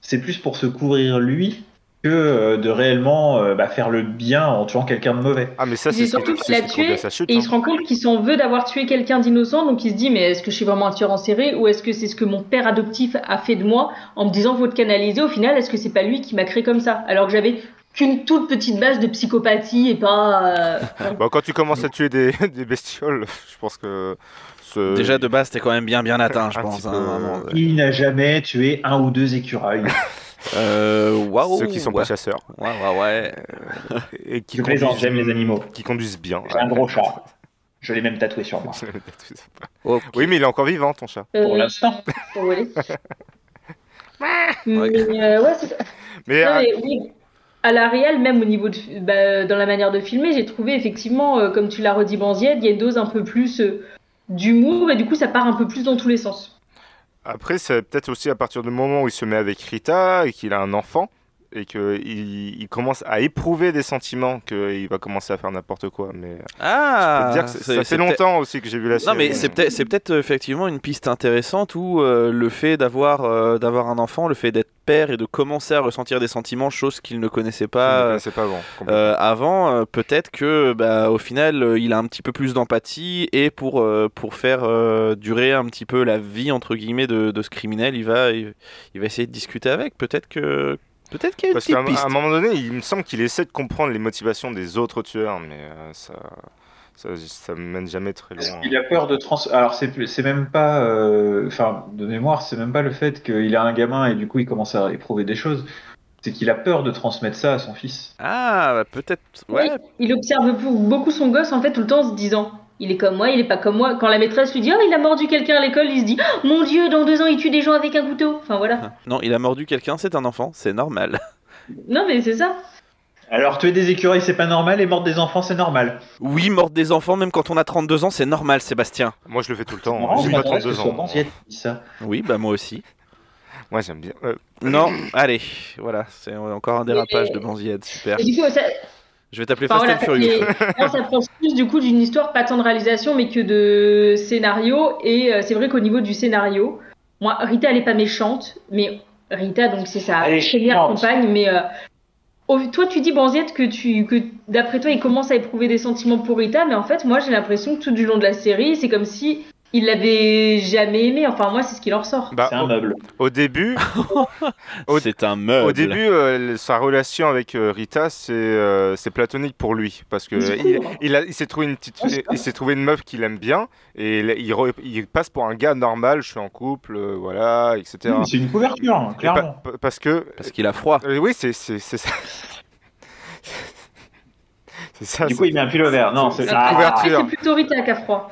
Speaker 4: c'est plus pour se couvrir lui que euh, de réellement euh, bah, faire le bien en tuant quelqu'un de mauvais.
Speaker 2: Ah, mais ça,
Speaker 3: C'est
Speaker 2: c'est ce
Speaker 3: surtout
Speaker 2: qui
Speaker 3: qu'il l'a
Speaker 2: c'est ce qui
Speaker 3: tué
Speaker 2: conduit à sa chute.
Speaker 3: et il
Speaker 2: hein.
Speaker 3: se rend compte qu'il s'en veut d'avoir tué quelqu'un d'innocent, donc il se dit mais est-ce que je suis vraiment un tueur en série ou est-ce que c'est ce que mon père adoptif a fait de moi en me disant faut te canaliser au final est-ce que c'est pas lui qui m'a créé comme ça alors que j'avais qu'une toute petite base de psychopathie et pas euh,
Speaker 2: Bah, quand tu commences à tuer des, des bestioles, je pense que. ce-
Speaker 1: Bah, Déjà de base, t'es quand même bien bien atteint, je
Speaker 2: Un
Speaker 1: pense.
Speaker 2: petit
Speaker 1: hein,
Speaker 2: peu,
Speaker 1: vraiment.
Speaker 2: euh,
Speaker 4: Il n'a jamais tué un ou deux écureuils.
Speaker 1: Euh, Waouh.
Speaker 2: Ceux qui sont
Speaker 1: ouais.
Speaker 2: pas chasseurs.
Speaker 1: Ouais, ouais, ouais.
Speaker 2: Et qui
Speaker 4: Je plaisante,
Speaker 2: conduisent-
Speaker 4: j'aime les animaux.
Speaker 2: Qui conduisent bien.
Speaker 4: J'ai un gros chat. Je l'ai même tatoué sur moi.
Speaker 1: Ok.
Speaker 2: Euh, oui, mais il est encore vivant, ton chat.
Speaker 4: Pour
Speaker 3: euh,
Speaker 4: l'instant.
Speaker 3: pour voler. Mais, euh, ouais, c'est-
Speaker 2: Mais
Speaker 3: Non,
Speaker 2: ah,
Speaker 3: mais oui, à la réelle, même au niveau de, bah, dans la manière de filmer, j'ai trouvé effectivement, euh, comme tu l'as redit, Banzied, il y a une dose un peu plus euh, d'humour, et du coup, ça part un peu plus dans tous les sens.
Speaker 2: après, c'est peut-être aussi à partir du moment où il se met avec Rita et qu'il a un enfant et qu'il il commence à éprouver des sentiments qu'il va commencer à faire n'importe quoi. Mais je peux
Speaker 1: Ah.
Speaker 2: te dire que
Speaker 1: c'est-
Speaker 2: ça
Speaker 1: c'est
Speaker 2: fait
Speaker 1: peut-être-
Speaker 2: longtemps aussi que j'ai vu la série.
Speaker 1: Non mais c'est peut-être c'est peut-être euh, effectivement une piste intéressante où euh, le fait d'avoir euh, d'avoir un enfant, le fait d'être père et de commencer à ressentir des sentiments, chose qu'il ne connaissait
Speaker 2: Je ne
Speaker 1: pas
Speaker 2: connaissais pas avant. complètement.
Speaker 1: euh, avant, euh, peut-être que bah, au final euh, il a un petit peu plus d'empathie et pour euh, pour faire euh, durer un petit peu la vie entre guillemets de, de ce criminel, il va il, il va essayer de discuter avec. Peut-être que peut-être qu'il y a une
Speaker 2: Parce qu'à
Speaker 1: petite
Speaker 2: un-
Speaker 1: piste.
Speaker 2: à un moment donné, il me semble qu'il essaie de comprendre les motivations des autres tueurs, mais euh, ça, ça, ça mène jamais très loin.
Speaker 4: Il a peur de trans. Alors c'est plus- c'est même pas, euh, enfin de mémoire, c'est même pas le fait qu'il a un gamin et du coup il commence à éprouver des choses. C'est qu'il a peur de transmettre ça à son fils.
Speaker 1: Ah bah, peut-être ouais.
Speaker 3: Oui, il observe beaucoup- beaucoup son gosse, en fait, tout le temps en se disant. Il est comme moi, il est pas comme moi. Quand la maîtresse lui dit Oh, il a mordu quelqu'un à l'école, il se dit Oh, Mon Dieu, dans deux ans, il tue des gens avec un couteau. Enfin voilà.
Speaker 1: Non, il a mordu quelqu'un, c'est un enfant, c'est normal.
Speaker 3: Non, mais c'est ça.
Speaker 4: Alors tuer des écureuils c'est pas normal et mordre des enfants c'est normal.
Speaker 1: Oui, mordre des enfants, même quand on a 32 ans, c'est normal, Sébastien.
Speaker 2: Moi, je le fais tout le
Speaker 4: C'est
Speaker 2: temps. hein.
Speaker 4: marrant,
Speaker 2: J'ai
Speaker 4: ça
Speaker 2: pas
Speaker 4: m'intéresse
Speaker 2: 32
Speaker 4: que ce soit
Speaker 2: ans. hein.
Speaker 4: Banziette qui dit ça.
Speaker 1: Oui, bah moi aussi.
Speaker 2: Moi, j'aime bien. Euh,
Speaker 1: Non, allez, voilà, c'est encore un dérapage de Banzied, super.
Speaker 3: Et du coup, ça,
Speaker 1: Je vais t'appeler
Speaker 3: Enfin,
Speaker 1: Fast and
Speaker 3: voilà,
Speaker 1: Furious.
Speaker 3: ça fait- on s'approche plus du coup d'une histoire pas tant de réalisation mais que de scénario. Et euh, c'est vrai qu'au niveau du scénario, moi Rita elle est pas méchante, mais Rita donc c'est sa
Speaker 4: Elle est
Speaker 3: première
Speaker 4: chiante.
Speaker 3: compagne. Mais euh, au- toi tu dis Banziette que tu que d'après toi il commence à éprouver des sentiments pour Rita, mais en fait moi j'ai l'impression que tout du long de la série c'est comme si il l'avait jamais aimée. Enfin moi c'est ce qu'il en ressort.
Speaker 2: bah,
Speaker 4: C'est un meuble.
Speaker 2: au, au début, Au-
Speaker 1: C'est un meuble.
Speaker 2: au début, euh, sa relation avec euh, Rita, c'est euh, c'est platonique pour lui parce que
Speaker 3: Mais
Speaker 2: il,
Speaker 4: hein,
Speaker 3: c'est
Speaker 2: il a- il s'est trouvé une petite,
Speaker 3: Ouais, c'est
Speaker 2: il s'est trouvé une meuf qu'il aime bien et il, il re- il passe pour un gars normal. Je suis en couple, euh, voilà, etc.
Speaker 4: Mmh, C'est une couverture hein,
Speaker 2: Et pa-
Speaker 4: clairement.
Speaker 2: pa- parce que
Speaker 1: Parce qu'il a froid.
Speaker 2: Euh, oui, c'est c'est c'est ça. c'est ça.
Speaker 4: Du
Speaker 2: c'est-
Speaker 4: coup il met un pull vert. Non c'est
Speaker 2: C'est une
Speaker 4: Ah,
Speaker 2: couverture.
Speaker 3: C'est plutôt Rita qu'à froid.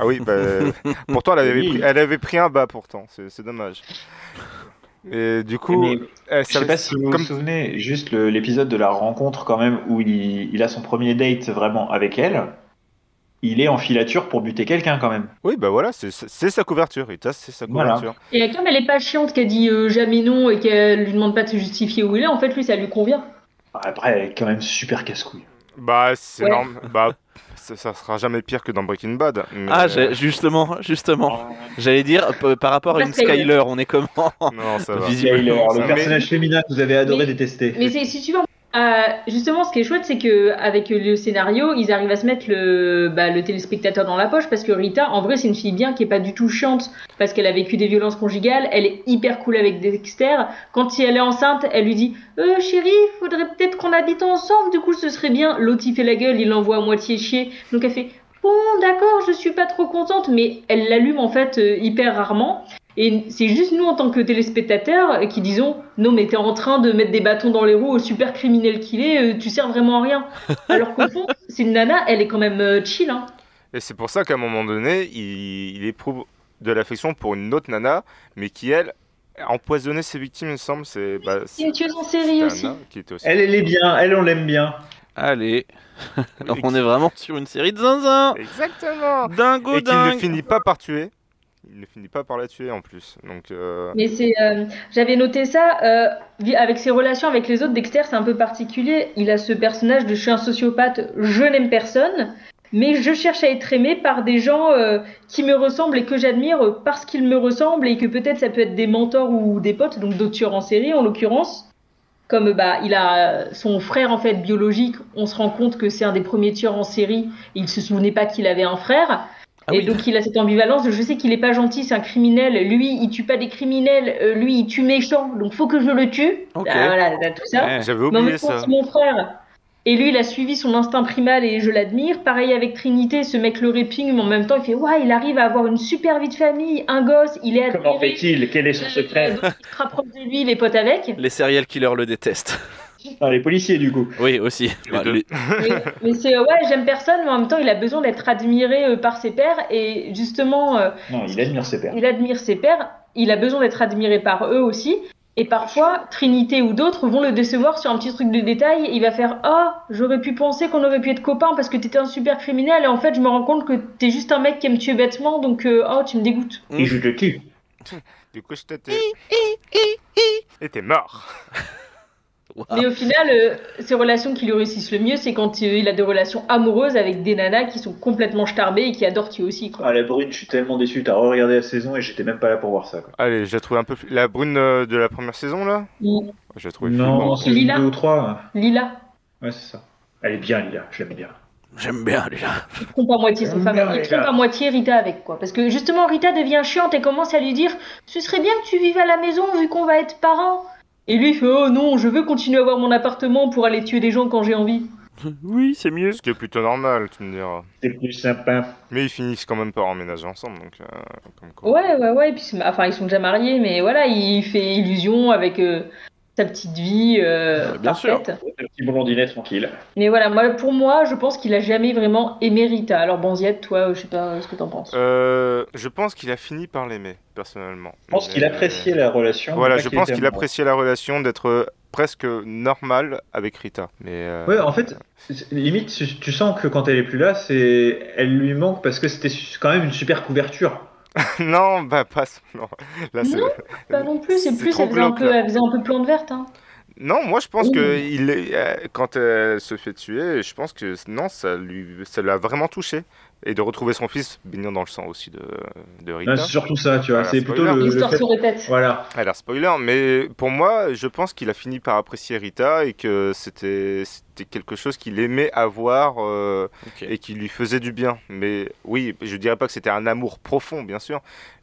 Speaker 2: Ah oui, bah, pourtant elle avait,
Speaker 4: Oui.
Speaker 2: pris, elle avait pris un bas pourtant, c'est c'est dommage. Et du coup,
Speaker 4: Mais-
Speaker 2: euh,
Speaker 4: Je
Speaker 2: ça-
Speaker 4: sais pas si vous
Speaker 2: comme-
Speaker 4: vous souvenez, juste le- l'épisode de la rencontre quand même où il, il a son premier date vraiment avec elle. Il est en filature pour buter quelqu'un quand même.
Speaker 2: oui, bah voilà, c'est- c'est c'est sa couverture, Rita, c'est sa
Speaker 4: Voilà.
Speaker 2: couverture.
Speaker 3: Et comme elle est pas chiante, qu'elle dit euh, jamais non et qu'elle lui demande pas de se justifier où il est, en fait lui ça lui convient.
Speaker 4: Après, elle est quand même super casse-couille.
Speaker 2: Bah c'est
Speaker 3: Ouais.
Speaker 2: norm- bah ça, ça sera jamais pire que dans Breaking Bad. mais-
Speaker 1: Ah, j'ai- justement, justement.
Speaker 4: Ah,
Speaker 1: J'allais dire, p- par rapport à une
Speaker 3: Parce qu'elle-
Speaker 1: Skyler, on est comment
Speaker 2: non, ça va.
Speaker 1: Visiblement.
Speaker 2: ça
Speaker 4: le
Speaker 2: va.
Speaker 4: personnage féminin que vous avez adoré
Speaker 3: Mais-
Speaker 4: détester.
Speaker 3: Mais c'est si tu veux, euh, justement, ce qui est chouette, c'est que avec le scénario, ils arrivent à se mettre le, bah, le téléspectateur dans la poche parce que Rita, en vrai, c'est une fille bien qui est pas du tout chiante parce qu'elle a vécu des violences conjugales. Elle est hyper cool avec Dexter. Quand elle est enceinte, elle lui dit euh, "Chérie, faudrait peut-être qu'on habite ensemble. Du coup, ce serait bien." L'autre il fait la gueule, il l'envoie à moitié chier. Donc elle fait "Bon, d'accord, je suis pas trop contente," mais elle l'allume en fait euh, hyper rarement. Et c'est juste nous en tant que téléspectateurs euh, qui disons non mais t'es en train de mettre des bâtons dans les roues au super criminel qu'il est, euh, tu sers vraiment à rien. Alors qu'au fond, c'est une nana, elle est quand même euh, chill. Hein.
Speaker 2: Et c'est pour ça qu'à un moment donné, il, il éprouve de l'affection pour une autre nana, mais qui elle a empoisonné ses victimes, il me semble. C'est bah,
Speaker 3: C'est une
Speaker 2: c'est-
Speaker 3: tueuse en
Speaker 2: c'était
Speaker 3: série
Speaker 2: un
Speaker 3: aussi.
Speaker 2: nain qui était aussi.
Speaker 4: Elle, elle est bien, elle, on l'aime bien.
Speaker 1: Allez,
Speaker 2: et
Speaker 1: on est vraiment sur une série de zinzin
Speaker 2: Exactement.
Speaker 1: Dingo
Speaker 2: Et qu'il ne
Speaker 1: dingue
Speaker 2: finit pas par tuer. il ne finit pas par la tuer en plus. Donc, euh,
Speaker 3: Mais c'est, euh, j'avais noté ça euh, vi- avec ses relations avec les autres. Dexter, c'est un peu particulier. Il a ce personnage de je suis un sociopathe, je n'aime personne, mais je cherche à être aimé par des gens euh, qui me ressemblent et que j'admire euh, parce qu'ils me ressemblent et que peut-être ça peut être des mentors ou des potes, donc d'autres tueurs en série en l'occurrence. Comme bah, il a euh, son frère en fait biologique, on se rend compte que c'est un des premiers tueurs en série. Il se souvenait pas qu'il avait un frère
Speaker 1: Ah
Speaker 3: et
Speaker 1: oui.
Speaker 3: donc il a cette ambivalence de je sais qu'il est pas gentil, c'est un criminel. Lui, il tue pas des criminels. euh, lui, il tue méchant. Donc faut que je le tue.
Speaker 1: Ok. Eh,
Speaker 3: Ah, voilà, t'as tout ça.
Speaker 1: Ouais.
Speaker 2: j'avais
Speaker 3: Mais en même
Speaker 2: oublié
Speaker 3: temps,
Speaker 2: ça.
Speaker 3: c'est mon frère. Et lui, il a suivi son instinct primal et je l'admire. Pareil avec Trinité, ce mec le raping, mais en même temps, il fait ouais, il arrive à avoir une super vie de famille, un gosse, il est admiré.
Speaker 7: Comment fait-il Quel est son secret
Speaker 3: Donc, il se rapproche de lui, les potes avec.
Speaker 1: Les serial killers le détestent.
Speaker 4: Ah,
Speaker 7: Enfin, Les policiers, du coup.
Speaker 1: Oui, aussi. Bah,
Speaker 2: deux.
Speaker 1: les-
Speaker 3: Mais, mais c'est euh, ouais, j'aime personne, mais en même temps, il a besoin d'être admiré euh, par ses pairs. Et justement, euh,
Speaker 7: Non, il admire ses pères.
Speaker 3: il admire ses pairs, il a besoin d'être admiré par eux aussi. Et parfois, Trinité ou d'autres vont le décevoir sur un petit truc de détail. et Il va faire Ah, j'aurais pu penser qu'on aurait pu être copains parce que t'étais un super criminel. Et en fait, je me rends compte que t'es juste un mec qui aime tuer bêtement. Donc, euh, oh, tu me dégoûtes.
Speaker 7: Et je te tue.
Speaker 2: Du coup, je t'étais. Et t'es mort.
Speaker 1: Ah.
Speaker 3: Mais au final, euh, ces relations qui lui réussissent le mieux, c'est quand euh, il a des relations amoureuses avec des nanas qui sont complètement starbées et qui adorent tuer aussi. Quoi.
Speaker 7: Ah, la brune, je suis tellement déçu. T'as regardé la saison et j'étais même pas là pour voir ça. Quoi.
Speaker 2: Allez, j'ai trouvé un peu. plus- La brune euh, de la première saison, là
Speaker 3: Mm.
Speaker 2: J'ai trouvé.
Speaker 7: non,
Speaker 2: flippante.
Speaker 7: c'est
Speaker 3: Lila.
Speaker 7: deux ou trois. hein.
Speaker 3: Lila,
Speaker 7: Ouais, c'est ça. Elle est bien, Lila. Je l'aime bien.
Speaker 1: J'aime bien déjà.
Speaker 3: Il trompe à moitié sa
Speaker 7: Oh
Speaker 3: femme.
Speaker 7: merde,
Speaker 3: Il
Speaker 7: les
Speaker 3: trompe
Speaker 7: gars.
Speaker 3: à moitié Rita avec quoi. Parce que justement, Rita devient chiante et commence à lui dire Ce serait bien que tu vives à la maison vu qu'on va être parents. Et lui, il fait Oh non, je veux continuer à avoir mon appartement pour aller tuer des gens quand j'ai envie.
Speaker 1: Oui, c'est mieux.
Speaker 2: Ce qui est plutôt normal, tu me diras.
Speaker 7: C'est plus sympa.
Speaker 2: Mais ils finissent quand même par emménager ensemble, donc. euh, comme quoi.
Speaker 3: Ouais, ouais, ouais. Et puis, c'est- enfin, ils sont déjà mariés, mais voilà, il fait illusion avec euh, sa petite vie euh,
Speaker 1: Bien sûr.
Speaker 3: parfaite.
Speaker 7: Un petit blondinet tranquille.
Speaker 3: Mais voilà, moi, pour moi, je pense qu'il a jamais vraiment aimé Rita. Alors, Banziette, toi, euh, je sais pas euh, ce que t'en penses.
Speaker 2: Euh, je pense qu'il a fini par l'aimer, personnellement. euh,
Speaker 7: Je pense qu'il appréciait la relation.
Speaker 2: Voilà,
Speaker 7: pas
Speaker 2: je pense
Speaker 7: était
Speaker 2: qu'il
Speaker 7: amoureux.
Speaker 2: appréciait la relation d'être euh, presque normal avec Rita. Mais euh,
Speaker 7: Ouais, en fait, c'est- limite, tu, tu sens que quand elle est plus là, c'est, elle lui manque parce que c'était su- quand même une super couverture.
Speaker 2: non, bah pas. Non, Là, c'est-
Speaker 3: Non, Pas non plus, c'est
Speaker 2: c'est
Speaker 3: plus,
Speaker 2: trop
Speaker 3: elle faisait, un
Speaker 2: glauque,
Speaker 3: peu,
Speaker 2: là.
Speaker 3: elle faisait un peu plante verte. Hein.
Speaker 2: non, moi je pense
Speaker 3: Oui.
Speaker 2: que
Speaker 7: Oh.
Speaker 2: il est, euh, quand elle se fait tuer, je pense que non, ça lui, ça l'a vraiment touché. Et de retrouver son fils baigné dans le sang aussi de, de Rita.
Speaker 7: Ouais, Hein, c'est surtout ça, tu vois.
Speaker 2: Voilà,
Speaker 7: c'est
Speaker 2: spoiler.
Speaker 7: plutôt
Speaker 4: Euh,
Speaker 7: le, le
Speaker 3: L'histoire
Speaker 7: fait-
Speaker 3: se répète.
Speaker 7: Voilà.
Speaker 2: Alors spoiler, mais pour moi, je pense qu'il a fini par apprécier Rita et que c'était c'était quelque chose qu'il aimait avoir euh,
Speaker 1: Ok.
Speaker 2: et qui lui faisait du bien. Mais oui, je dirais pas que c'était un amour profond, bien sûr,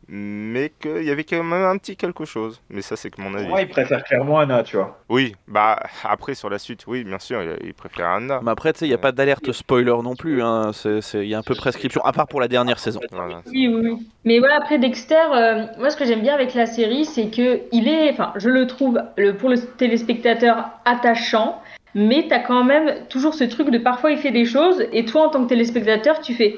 Speaker 2: mais qu'il y avait quand même un petit quelque chose. Mais ça, c'est que mon avis.
Speaker 7: Moi, il préfère clairement Anna, tu vois.
Speaker 2: Oui, bah après sur la suite, oui, bien sûr, il, il préfère Anna.
Speaker 1: Mais après, tu sais, il n'y a pas d'alerte spoiler non plus. hein. C'est- c'est- Il y a un peu prescription, à part pour la dernière saison.
Speaker 2: Voilà.
Speaker 3: Oui, oui, oui. Mais voilà, après Dexter, euh, moi ce que j'aime bien avec la série, c'est que il est, enfin, je le trouve le, pour le téléspectateur attachant, mais t'as quand même toujours ce truc de parfois il fait des choses et toi en tant que téléspectateur, tu fais.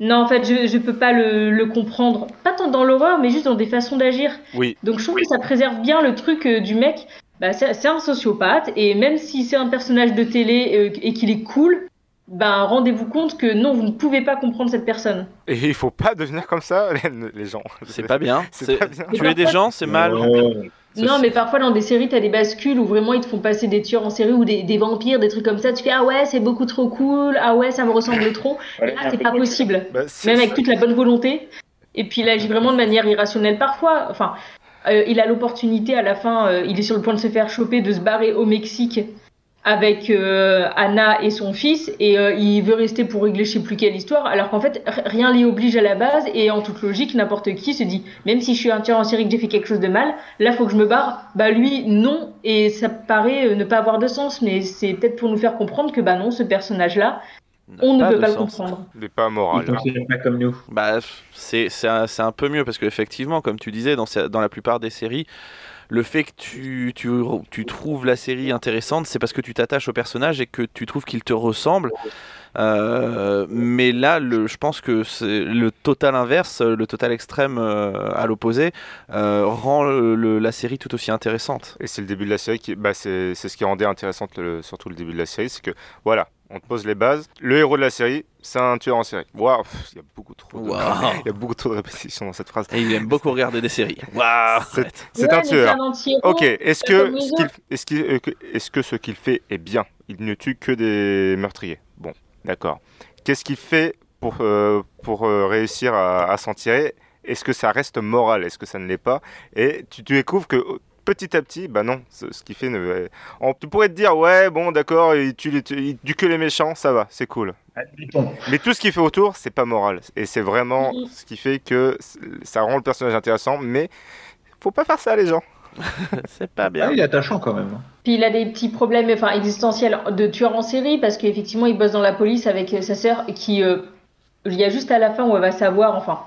Speaker 3: Non, en fait, je, je peux pas le, le comprendre. Pas tant dans l'horreur, mais juste dans des façons d'agir.
Speaker 2: Oui.
Speaker 3: Donc je trouve que ça préserve bien le truc euh, du mec. Bah, c'est c'est un sociopathe, et même si c'est un personnage de télé euh, et qu'il est cool, ben rendez-vous compte que non, vous ne pouvez pas comprendre cette personne.
Speaker 2: Et il faut pas devenir comme ça, les, les gens.
Speaker 1: C'est pas bien.
Speaker 2: C'est
Speaker 1: C'est-
Speaker 2: pas bien.
Speaker 1: Tuer des gens, c'est mal.
Speaker 7: Ouais.
Speaker 1: Ça,
Speaker 3: Non,
Speaker 1: c'est-
Speaker 3: mais parfois dans des séries, t'as des bascules où vraiment ils te font passer des tueurs en série ou des, des vampires, des trucs comme ça. Tu fais ah ouais, c'est beaucoup trop cool, ah ouais, ça me ressemble trop.
Speaker 7: Voilà,
Speaker 3: Ah, c'est pas possible.
Speaker 2: Bah, c'est-
Speaker 3: Même avec toute la bonne volonté. Et puis il agit vraiment de manière irrationnelle parfois. Enfin, euh, il a l'opportunité à la fin, euh, il est sur le point de se faire choper, de se barrer au Mexique avec euh, Anna et son fils et euh, il veut rester pour régler je sais plus quelle histoire alors qu'en fait r- rien l'y oblige à la base et en toute logique n'importe qui se dit même si je suis un tueur en série que j'ai fait quelque chose de mal là faut que je me barre bah lui non et ça paraît euh, ne pas avoir de sens mais c'est peut-être pour nous faire comprendre que bah non ce personnage là on ne
Speaker 1: Pas
Speaker 3: peut
Speaker 1: de
Speaker 3: pas le
Speaker 1: sens.
Speaker 3: comprendre
Speaker 2: Il est pas
Speaker 7: Il
Speaker 2: moral.
Speaker 7: fonctionne pas comme nous.
Speaker 1: Bah, c'est c'est un, c'est un peu mieux parce qu'effectivement, comme tu disais, dans, ce- dans la plupart des séries, le fait que tu, tu, tu trouves la série intéressante, c'est parce que tu t'attaches au personnage et que tu trouves qu'il te ressemble. Euh, mais là, le, je pense que c'est le total inverse, le total extrême euh, à l'opposé, euh, rend le- le- la série tout aussi intéressante.
Speaker 2: Et c'est le début de la série qui, bah, c'est c'est ce qui rendait intéressante le- surtout le début de la série, c'est que voilà, on- on te pose les bases. Le héros de la série, c'est un tueur en série. Waouh, pff, il y a beaucoup trop de...
Speaker 1: Waouh.
Speaker 2: Il y a beaucoup trop de répétitions dans cette phrase.
Speaker 1: Et il aime beaucoup regarder des séries. Waouh.
Speaker 2: C'est c'est un tueur. Ok, est-ce
Speaker 3: Oh, pas
Speaker 2: que,
Speaker 3: comme les
Speaker 2: ce qu'il- est-ce qu'il- euh, que- est-ce que ce qu'il fait est bien Il ne tue que des meurtriers. Bon, d'accord. Qu'est-ce qu'il fait pour, euh, pour euh, réussir à, à s'en tirer Est-ce que ça reste moral Est-ce que ça ne l'est pas Et tu, tu découvres que euh, petit à petit, bah non, ce, ce qu'il fait ne. euh, on, tu pourrais te dire, ouais, bon, d'accord, il tue, les- il tue que les méchants, ça va, c'est cool.
Speaker 7: Ah,
Speaker 4: Admettons.
Speaker 2: Mais tout ce qu'il fait autour, c'est pas moral. Et c'est vraiment
Speaker 3: Mhm.
Speaker 2: ce qui fait que c- ça rend le personnage intéressant, mais faut pas faire ça, les gens.
Speaker 1: C'est pas
Speaker 4: Ah,
Speaker 1: bien.
Speaker 4: il est attachant quand
Speaker 7: hein.
Speaker 4: même.
Speaker 3: Puis il a des petits problèmes enfin, existentiels de tueur en série parce qu'effectivement il bosse dans la police avec euh, sa sœur qui, euh, il y a juste à la fin où elle va savoir, enfin,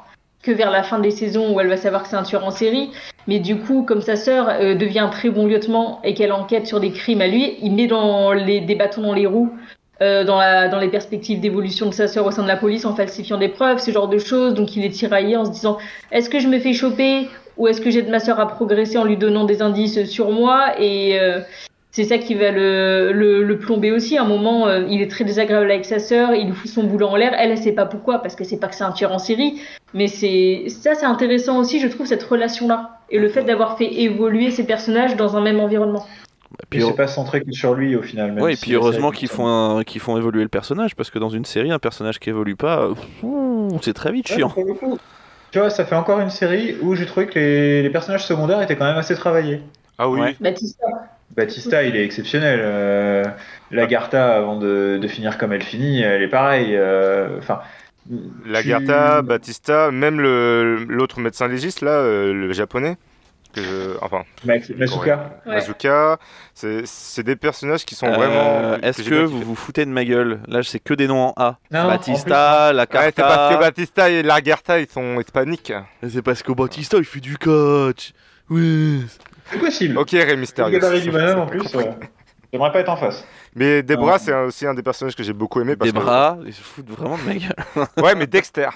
Speaker 3: que vers la fin des saisons où elle va savoir que c'est un tueur en série, mais du coup comme sa sœur euh, devient un très bon lieutenant et qu'elle enquête sur des crimes à lui, il met dans les, des bâtons dans les roues. euh, dans, la- dans les perspectives d'évolution de sa sœur au sein de la police en falsifiant des preuves, ce genre de choses. Donc il est tiraillé en se disant est-ce que je me fais choper ou est-ce que j'aide ma sœur à progresser en lui donnant des indices sur moi et euh, c'est ça qui va le, le, le plomber aussi. À un moment, euh, il est très désagréable avec sa sœur, il lui fout son boulot en l'air. Elle, elle sait pas pourquoi, parce que c'est pas que c'est un tueur en série. Mais c'est ça, c'est intéressant aussi, je trouve, cette relation-là. Et le fait d'avoir fait évoluer ces personnages dans un même environnement.
Speaker 4: Puis
Speaker 1: Puis,
Speaker 4: c'est pas centré que sur lui au final. même
Speaker 1: oui, et
Speaker 4: si
Speaker 1: puis
Speaker 4: la
Speaker 1: heureusement
Speaker 4: série-
Speaker 1: qu'ils font, un- qu'ils font évoluer le personnage, parce que dans une série, un personnage qui évolue pas, euh, ouh, c'est très vite
Speaker 4: Ouais,
Speaker 1: chiant.
Speaker 4: pour le coup, Tu vois, ça fait encore une série où j'ai trouvé que les, les personnages secondaires étaient quand même assez travaillés.
Speaker 2: Ah oui,
Speaker 1: Ouais.
Speaker 3: Baptiste,
Speaker 4: Batista, il est exceptionnel. Euh, Lagarta, avant de, de finir comme elle finit, elle est pareille. Euh, Enfin,
Speaker 2: Lagarta,
Speaker 4: tu-
Speaker 2: Batista, même le- l'autre médecin légiste, là, euh, le japonais, que je- enfin,
Speaker 4: Max- Masuka.
Speaker 3: Ouais.
Speaker 2: Azuka, c'est c'est des personnages qui sont
Speaker 1: Euh,
Speaker 2: vraiment.
Speaker 1: Est-ce
Speaker 2: j'ai
Speaker 1: que
Speaker 2: bien
Speaker 1: vous
Speaker 2: kiffé.
Speaker 1: vous foutez de ma gueule Là, c'est que des noms en A.
Speaker 4: Non, en
Speaker 1: Batista, la
Speaker 2: Ouais, c'est parce que
Speaker 1: Carta.
Speaker 2: Batista et Lagarta, ils sont hispaniques.
Speaker 1: C'est parce que Batista, il fait du coach. Oui.
Speaker 4: C'est possible.
Speaker 2: Ok, Rey
Speaker 4: Le
Speaker 2: Mysterio.
Speaker 4: gabarit du bonhomme en
Speaker 2: C'est pas
Speaker 4: plus.
Speaker 2: compris.
Speaker 4: euh, J'aimerais pas être en face.
Speaker 2: Mais Debra,
Speaker 1: Ah.
Speaker 4: Ouais.
Speaker 2: c'est un- aussi un des personnages que j'ai beaucoup aimé. Parce
Speaker 1: Des bras, ils se foutent vraiment de ma gueule.
Speaker 2: Que... Ouais, mais Dexter.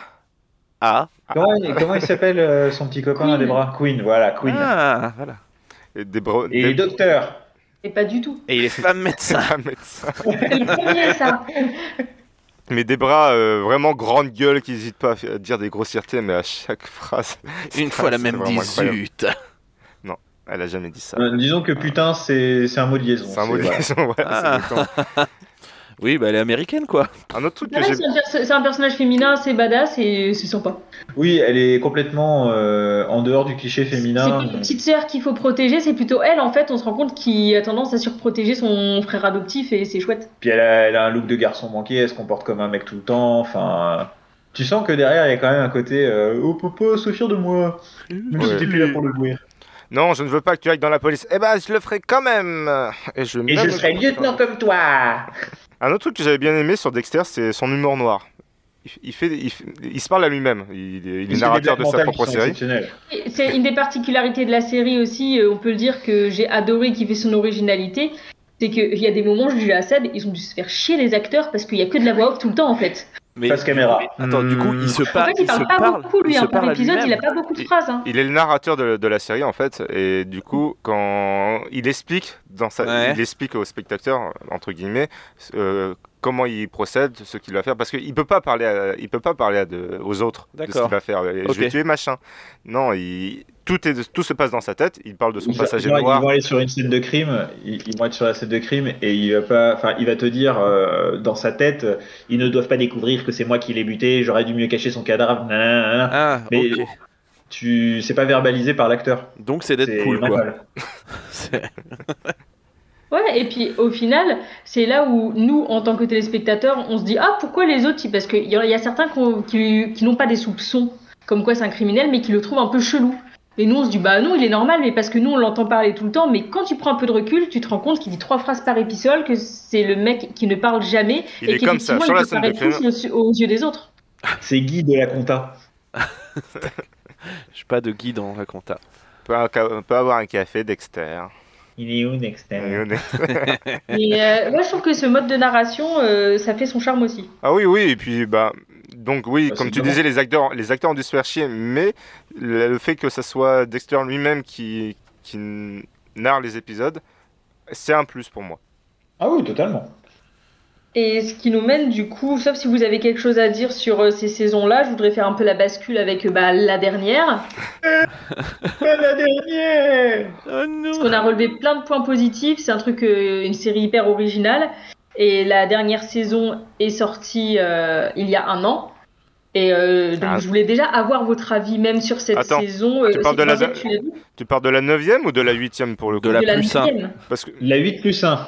Speaker 1: Ah,
Speaker 4: Comment, il- comment il s'appelle euh, son petit copain à
Speaker 3: Queen.
Speaker 4: des bras Queen, voilà, Queen.
Speaker 1: ah, voilà.
Speaker 2: Et Debra.
Speaker 4: Et les docteurs.
Speaker 3: c'est pas du tout.
Speaker 1: Et il est femme médecin.
Speaker 2: un médecin.
Speaker 3: C'est le premier, ça.
Speaker 2: Mais Debra, euh, vraiment grande gueule, qui n'hésite pas à dire des grossièretés, mais à chaque phrase.
Speaker 1: Une fois la
Speaker 2: C'était
Speaker 1: même
Speaker 2: vraiment incroyable.
Speaker 1: 18.
Speaker 2: Elle a jamais dit ça.
Speaker 4: Euh, disons que putain, c'est c'est un mot de liaison.
Speaker 2: C'est un mot de
Speaker 4: voilà.
Speaker 2: liaison, ouais, c'est
Speaker 1: Ah.
Speaker 2: exactement.
Speaker 1: Oui, bah elle est américaine quoi.
Speaker 2: Un autre truc
Speaker 3: Ouais,
Speaker 2: que j'ai
Speaker 3: c'est un perso- c'est un personnage féminin, c'est badass et c'est sympa.
Speaker 4: Oui, elle est complètement euh, en dehors du cliché
Speaker 3: C'est
Speaker 4: féminin.
Speaker 3: pas une petite sœur qu'il faut protéger, c'est plutôt elle, en fait, on se rend compte, qui a tendance à surprotéger son frère adoptif et c'est chouette.
Speaker 4: Puis elle a, elle a un look de garçon manqué, elle se comporte comme un mec tout le temps. Enfin, euh, tu sens que derrière il y a quand même un côté euh, oh papa, sois fier de moi. Même si
Speaker 2: Ouais.
Speaker 4: t'es plus là pour le mourir.
Speaker 2: Non, je ne veux pas que tu ailles dans la police. Eh ben, je le ferai quand même. Et je,
Speaker 4: Et
Speaker 2: même-
Speaker 4: je serai lieutenant comme toi.
Speaker 2: Un autre truc que j'avais bien aimé sur Dexter, c'est son humour noir. Il, il fait, il, fait- il se parle à lui-même. Il, est- il est
Speaker 4: C'est
Speaker 2: narrateur de
Speaker 4: des
Speaker 2: sa
Speaker 4: blagues mentales
Speaker 2: propre
Speaker 4: qui sont
Speaker 2: série.
Speaker 4: exceptionnelles.
Speaker 3: Et C'est une des particularités de la série aussi, euh, on peut le dire que j'ai adoré qui fait son originalité, c'est qu'il y a des moments, je dis à Seb, ils ont dû se faire chier les acteurs parce qu'il y a que de la voix off tout le temps en fait.
Speaker 1: Mais
Speaker 4: Face caméra.
Speaker 1: Attends, du coup, il Hmm. se
Speaker 3: En
Speaker 1: parle.
Speaker 3: fait, il parle
Speaker 1: se
Speaker 3: pas beaucoup lui,
Speaker 1: il se
Speaker 3: hein, par
Speaker 1: parle à
Speaker 3: épisode, il a
Speaker 1: lui-même.
Speaker 3: pas beaucoup de
Speaker 2: Il-
Speaker 3: phrases. hein.
Speaker 2: Il est le narrateur de, de la série en fait, et du coup, quand il explique dans sa,
Speaker 1: Ouais.
Speaker 2: il explique au spectateur entre guillemets euh, comment il procède, ce qu'il va faire, parce qu'il peut pas parler, à- il peut pas parler à de- aux autres de ce
Speaker 1: D'accord.
Speaker 2: qu'il va faire. Je vais
Speaker 1: Ok.
Speaker 2: tuer machin. Non, il, tout est, tout se passe dans sa tête. Il parle de son
Speaker 4: Ils vont-
Speaker 2: passager
Speaker 4: ils vont-
Speaker 2: noir.
Speaker 4: Ils vont aller sur une scène de crime, ils, ils vont être sur la scène de crime et il va pas, enfin, il va te dire euh, dans sa tête, euh, ils ne doivent pas découvrir que c'est moi qui l'ai buté, j'aurais dû mieux cacher son cadavre. nanana, nanana.
Speaker 1: Ah,
Speaker 4: Mais-
Speaker 1: ok.
Speaker 4: Tu, c'est pas verbalisé par l'acteur.
Speaker 1: Donc c'est d'être
Speaker 4: C'est
Speaker 1: cool quoi.
Speaker 4: mental.
Speaker 1: C'est-
Speaker 3: Ouais, et puis au final, c'est là où nous, en tant que téléspectateurs, on se dit Ah, pourquoi les autres ils- Parce qu'il y, en- il y a certains qu'on- qui, qui n'ont pas des soupçons, comme quoi c'est un criminel, mais qui le trouvent un peu chelou. Et nous, on se dit Bah non, il est normal, mais parce que nous, on l'entend parler tout le temps. Mais quand tu prends un peu de recul, tu te rends compte qu'il dit trois phrases par épisode, que c'est le mec qui ne parle jamais.
Speaker 2: Il est
Speaker 3: et
Speaker 2: comme ça,
Speaker 3: qu'effectivement,
Speaker 2: sur
Speaker 3: il
Speaker 2: la
Speaker 3: peut
Speaker 2: scène de
Speaker 3: paraître fou aux aux yeux des autres.
Speaker 4: C'est Guy de la compta.
Speaker 1: Je suis pas de guide en la compta.
Speaker 2: Peut, un- peut avoir un café Dexter.
Speaker 4: Il est où next
Speaker 3: Et euh, moi, je trouve que ce mode de narration, euh, ça fait son charme aussi.
Speaker 2: Ah oui, oui, et puis bah donc oui,
Speaker 4: Bah,
Speaker 2: comme
Speaker 4: c'est
Speaker 2: tu
Speaker 4: vraiment-
Speaker 2: disais, les acteurs, les acteurs ont dû se faire chier, mais le, le fait que ça soit Dexter lui-même qui, qui narre les épisodes, c'est un plus pour moi.
Speaker 4: Ah oui, totalement.
Speaker 3: Et ce qui nous mène du coup, sauf si vous avez quelque chose à dire sur euh, ces saisons-là, je voudrais faire un peu la bascule avec euh, bah, la dernière.
Speaker 4: Pas la dernière
Speaker 1: Oh non
Speaker 3: Parce qu'on a relevé plein de points positifs, c'est un truc, euh, une série hyper originale. Et la dernière saison est sortie euh, il y a un an. Et euh, donc
Speaker 2: Ah.
Speaker 3: je voulais déjà avoir votre avis même sur cette
Speaker 2: Attends,
Speaker 3: saison.
Speaker 2: tu parles de la- Tu parles de la 9 ou de la 8 pour le coup
Speaker 1: De la
Speaker 3: de la
Speaker 1: plus simple.
Speaker 3: neuvième.
Speaker 2: parce, que,
Speaker 4: La 8 plus 1.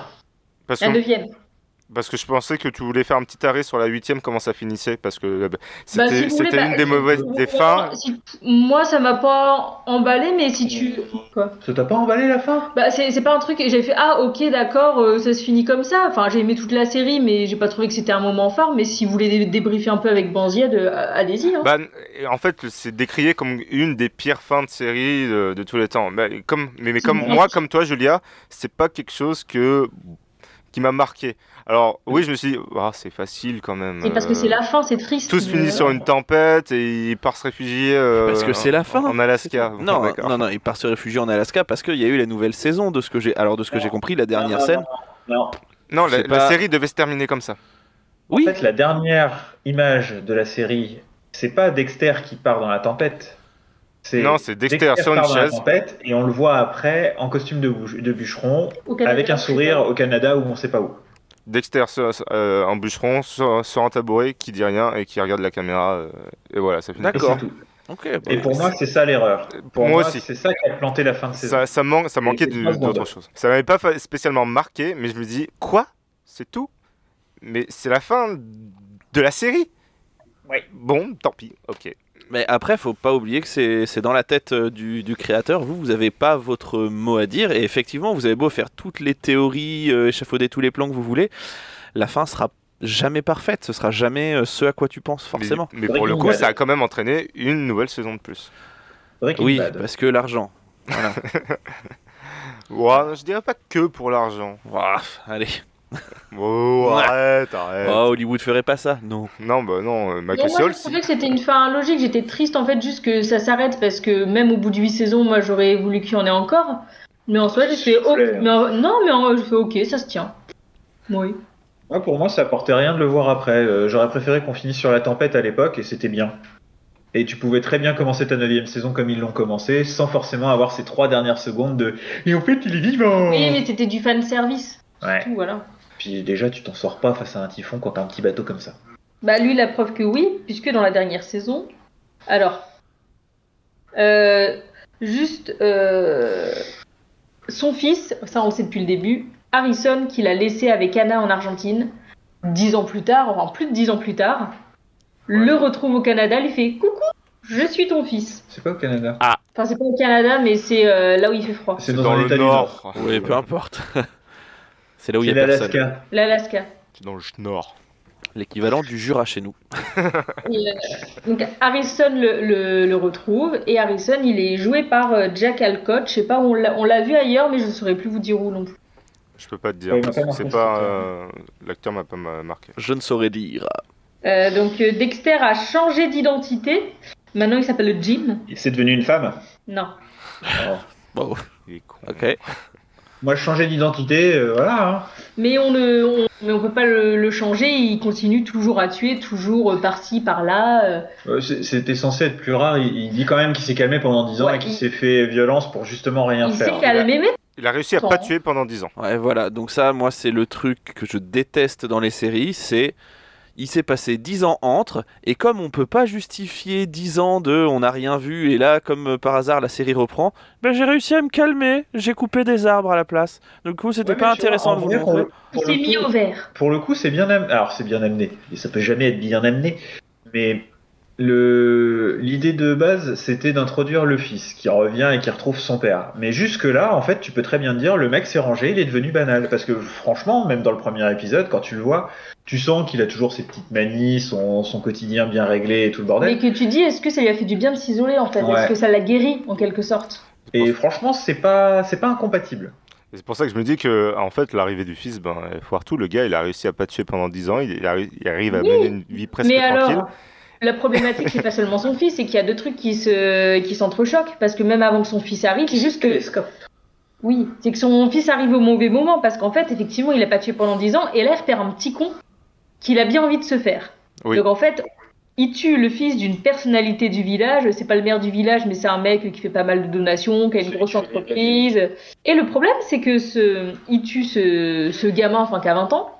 Speaker 2: parce,
Speaker 3: La
Speaker 2: que,
Speaker 3: neuvième.
Speaker 2: parce que je pensais que tu voulais faire un petit arrêt sur la 8 comment ça finissait. Parce que euh, bah,
Speaker 3: Bah,
Speaker 2: c'était
Speaker 3: si vous voulez,
Speaker 2: c'était
Speaker 3: bah,
Speaker 2: une des
Speaker 3: si-
Speaker 2: mauvaises des fins.
Speaker 3: si- moi, ça m'a pas emballé, mais si tu. Quoi
Speaker 4: Ça t'a pas emballé la fin
Speaker 3: Bah, c'est c'est pas un truc. et J'ai fait Ah, ok, d'accord, euh, ça se finit comme ça. Enfin, j'ai aimé toute la série, mais j'ai pas trouvé que c'était un moment fort. Mais si vous voulez dé- débriefer un peu avec Banzied, euh, allez-y. hein.
Speaker 2: Bah, en fait, c'est décrié comme une des pires fins de série de, de tous les temps. Bah, comme, mais, mais comme
Speaker 1: Mm.
Speaker 3: Mmh.
Speaker 2: moi, comme toi, Julia, c'est pas quelque chose que, qui m'a marqué. Alors,
Speaker 1: Mm.
Speaker 2: oui, je me suis dit, Ah, c'est facile quand même.
Speaker 3: c'est parce que
Speaker 2: euh,
Speaker 3: c'est la fin, c'est triste.
Speaker 2: Tous
Speaker 3: mais, euh,
Speaker 2: finissent sur une tempête et il part se réfugier. euh,
Speaker 1: Parce que c'est la fin.
Speaker 2: En Alaska. Bon,
Speaker 1: Non,
Speaker 2: d'accord.
Speaker 1: non, non, il part se réfugier en Alaska parce qu'il y a eu la nouvelle saison de ce que j'ai. Alors de ce que j'ai compris, la dernière
Speaker 4: Non, non,
Speaker 1: scène.
Speaker 4: Non,
Speaker 2: Non, la,
Speaker 1: C'est
Speaker 2: la
Speaker 1: pas-
Speaker 2: série devait se terminer comme ça.
Speaker 1: Oui.
Speaker 4: En fait, la dernière image de la série, c'est pas Dexter qui part dans la tempête.
Speaker 2: Non, c'est Dexter sur une
Speaker 4: part dans la
Speaker 2: chaise.
Speaker 4: tempête et on le voit après en costume de, bouche- de bûcheron
Speaker 3: au Canada,
Speaker 4: avec un
Speaker 3: je sais
Speaker 4: sourire
Speaker 3: pas.
Speaker 4: au Canada où on sait pas où.
Speaker 2: Dexter sur- euh, en bûcheron sur, sur un tabouret qui dit rien et qui regarde la caméra. euh, et voilà, ça finit.
Speaker 4: Et
Speaker 1: D'accord.
Speaker 4: c'est tout.
Speaker 1: Ok. bon,
Speaker 4: Et pour moi, c'est ça l'erreur. Pour
Speaker 2: Moi
Speaker 4: moi,
Speaker 2: aussi.
Speaker 4: c'est ça qui a planté la fin de saison.
Speaker 2: Ça, ça, man- ça manquait
Speaker 4: c'est
Speaker 2: de-
Speaker 4: pas bon,
Speaker 2: d'autre
Speaker 4: bah.
Speaker 2: chose. Ça m'avait pas fa- spécialement marqué, mais je me dis quoi C'est tout Mais c'est la fin de la série
Speaker 4: Ouais.
Speaker 2: Bon, tant pis, ok.
Speaker 1: Mais après, faut pas oublier que c'est c'est dans la tête euh, du, du créateur. Vous, vous avez pas votre mot à dire. Et effectivement, vous avez beau faire toutes les théories, euh, échafauder tous les plans que vous voulez, la fin sera jamais parfaite. Ce sera jamais euh, ce à quoi tu penses
Speaker 2: Mais-
Speaker 1: forcément.
Speaker 2: Mais, pour le
Speaker 4: Breaking
Speaker 2: coup,
Speaker 4: Bad.
Speaker 2: ça a quand même entraîné une nouvelle saison de plus.
Speaker 4: Breaking
Speaker 1: Oui,
Speaker 4: Bad.
Speaker 1: parce que l'argent.
Speaker 2: Ouais, je dirais pas que pour l'argent.
Speaker 1: Ouah, allez.
Speaker 2: Oh,
Speaker 1: Ouais.
Speaker 2: arrête, arrête.
Speaker 1: Oh, Hollywood ferait pas ça. Non.
Speaker 2: Non, bah non, euh,
Speaker 3: Non,
Speaker 2: Michael
Speaker 3: moi,
Speaker 2: Saul,
Speaker 3: je trouvais que c'était une fin logique. J'étais triste en fait juste que ça s'arrête parce que même au bout de huit saisons, moi j'aurais voulu qu'il y en ait encore. Mais en soi, j'ai fait
Speaker 4: S'il vous
Speaker 3: ok.
Speaker 4: plaît.
Speaker 3: Mais en- Non, mais en- je fais ok, ça se tient. Oui.
Speaker 4: Ouais, Ah, pour moi, ça apportait rien de le voir après. Euh, J'aurais préféré qu'on finisse sur la tempête à l'époque et c'était bien. Et tu pouvais très bien commencer ta neuvième saison comme ils l'ont commencé, sans forcément avoir ces trois dernières secondes de Et en fait, il est vivant
Speaker 3: Oui, mais c'était du fan service.
Speaker 4: Mmh. Ouais.
Speaker 3: Voilà.
Speaker 4: Puis déjà, tu t'en sors pas face à un typhon quand t'as un petit bateau comme ça.
Speaker 3: Bah lui, la preuve que oui, puisque dans la dernière saison. Alors, euh, juste euh, son fils, ça on le sait depuis le début, Harrison qu'il a laissé avec Anna en Argentine, dix ans plus tard, enfin plus de dix ans plus tard, le retrouve au Canada, lui fait coucou, je suis ton fils.
Speaker 4: C'est pas au Canada.
Speaker 3: Enfin c'est pas au Canada, mais c'est euh, là où il fait froid,
Speaker 4: C'est
Speaker 2: dans
Speaker 4: un
Speaker 2: le
Speaker 4: état du
Speaker 2: nord.
Speaker 1: Oui, peu importe. c'est là où il y
Speaker 4: C'est
Speaker 1: a personne.
Speaker 4: l'Alaska.
Speaker 3: l'Alaska.
Speaker 2: C'est dans le nord.
Speaker 1: L'équivalent du Jura chez nous.
Speaker 3: Et, euh, donc Harrison le, le- le retrouve et Harrison il est joué par euh, Jack Alcott. Je sais pas, on l'a on l'a vu ailleurs mais je ne saurais plus vous dire où non plus.
Speaker 2: Je peux pas te dire.
Speaker 4: Ouais, il m'a
Speaker 2: parce
Speaker 4: pas
Speaker 2: que c'est
Speaker 4: marqué,
Speaker 2: pas.
Speaker 4: cet
Speaker 2: euh, L'acteur m'a pas ma- marqué.
Speaker 1: Je ne saurais dire.
Speaker 3: Euh, donc euh, Dexter a changé d'identité. Maintenant il s'appelle Jim.
Speaker 4: Et C'est devenu une femme.
Speaker 3: Non.
Speaker 1: Bon,
Speaker 2: Il est con.
Speaker 1: ok.
Speaker 4: Moi, changer d'identité, euh, voilà. hein.
Speaker 3: Mais on ne on, mais on peut pas le, le changer. Il continue toujours à tuer, toujours euh, par-ci par-là. euh.
Speaker 4: Euh, c'est- C'était censé être plus rare. Il, il dit quand même qu'il s'est calmé pendant 10 ans
Speaker 3: Ouais,
Speaker 4: et qu'il
Speaker 3: il-
Speaker 4: s'est fait violence pour justement rien
Speaker 3: Il
Speaker 4: faire.
Speaker 3: s'est calmé mais
Speaker 2: Il a réussi à
Speaker 3: Attends.
Speaker 2: pas tuer pendant 10 ans.
Speaker 1: Ouais, voilà. Donc ça, moi, c'est le truc que je déteste dans les séries, c'est il s'est passé 10 ans entre, et comme on peut pas justifier 10 ans de on n'a rien vu, et là, comme euh, par hasard, la série reprend, ben j'ai réussi à me calmer, j'ai coupé des arbres à la place. Du coup, c'était
Speaker 4: Ouais, mais
Speaker 1: pas
Speaker 4: tu vois,
Speaker 1: intéressant
Speaker 4: en
Speaker 1: de vous
Speaker 4: vrai, pour
Speaker 1: montrer.
Speaker 4: le-
Speaker 3: il
Speaker 4: pour
Speaker 3: s'est
Speaker 4: le
Speaker 3: mis
Speaker 4: coup-
Speaker 3: au vert.
Speaker 4: Pour le coup, c'est bien amené. Alors, c'est bien amené. Et ça peut jamais être bien amené. Mais le l'idée de base, c'était d'introduire le fils qui revient et qui retrouve son père. Mais jusque-là, en fait, tu peux très bien dire le mec s'est rangé, il est devenu banal. Parce que franchement, même dans le premier épisode, quand tu le vois, tu sens qu'il a toujours ses petites manies, son, son quotidien bien réglé et tout le
Speaker 3: Mais
Speaker 4: bordel.
Speaker 3: que tu dis, est-ce que ça lui a fait du bien de s'isoler en fait
Speaker 4: Ouais.
Speaker 3: Est-ce que ça l'a guéri en quelque sorte
Speaker 4: Et franchement, c'est pas c'est pas incompatible.
Speaker 2: Et C'est pour ça que je me dis que, en fait, l'arrivée du fils, ben, elle foire tout. Le gars, il a réussi à pas tuer pendant 10 ans. Il, il arri- il arrive à
Speaker 3: Oui,
Speaker 2: mener une vie presque
Speaker 3: Mais
Speaker 2: tranquille.
Speaker 3: alors, la problématique, c'est pas seulement son fils, c'est qu'il y a deux trucs qui se qui s'entrechoquent, parce que même avant que son fils arrive, c'est juste que. Oui, c'est que son fils arrive au mauvais moment, parce qu'en fait, effectivement, il a pas tué pendant 10 ans, et là, il repère un petit con qu'il a bien envie de se faire.
Speaker 2: Oui.
Speaker 3: Donc en fait, il tue le fils d'une personnalité du village. C'est pas le maire du village, mais c'est un mec qui fait pas mal de donations, qui a une
Speaker 4: C'est
Speaker 3: grosse
Speaker 4: Richard Gere.
Speaker 3: entreprise. Et le problème, c'est que ce, il tue ce, ce gamin, enfin qui a 20 ans.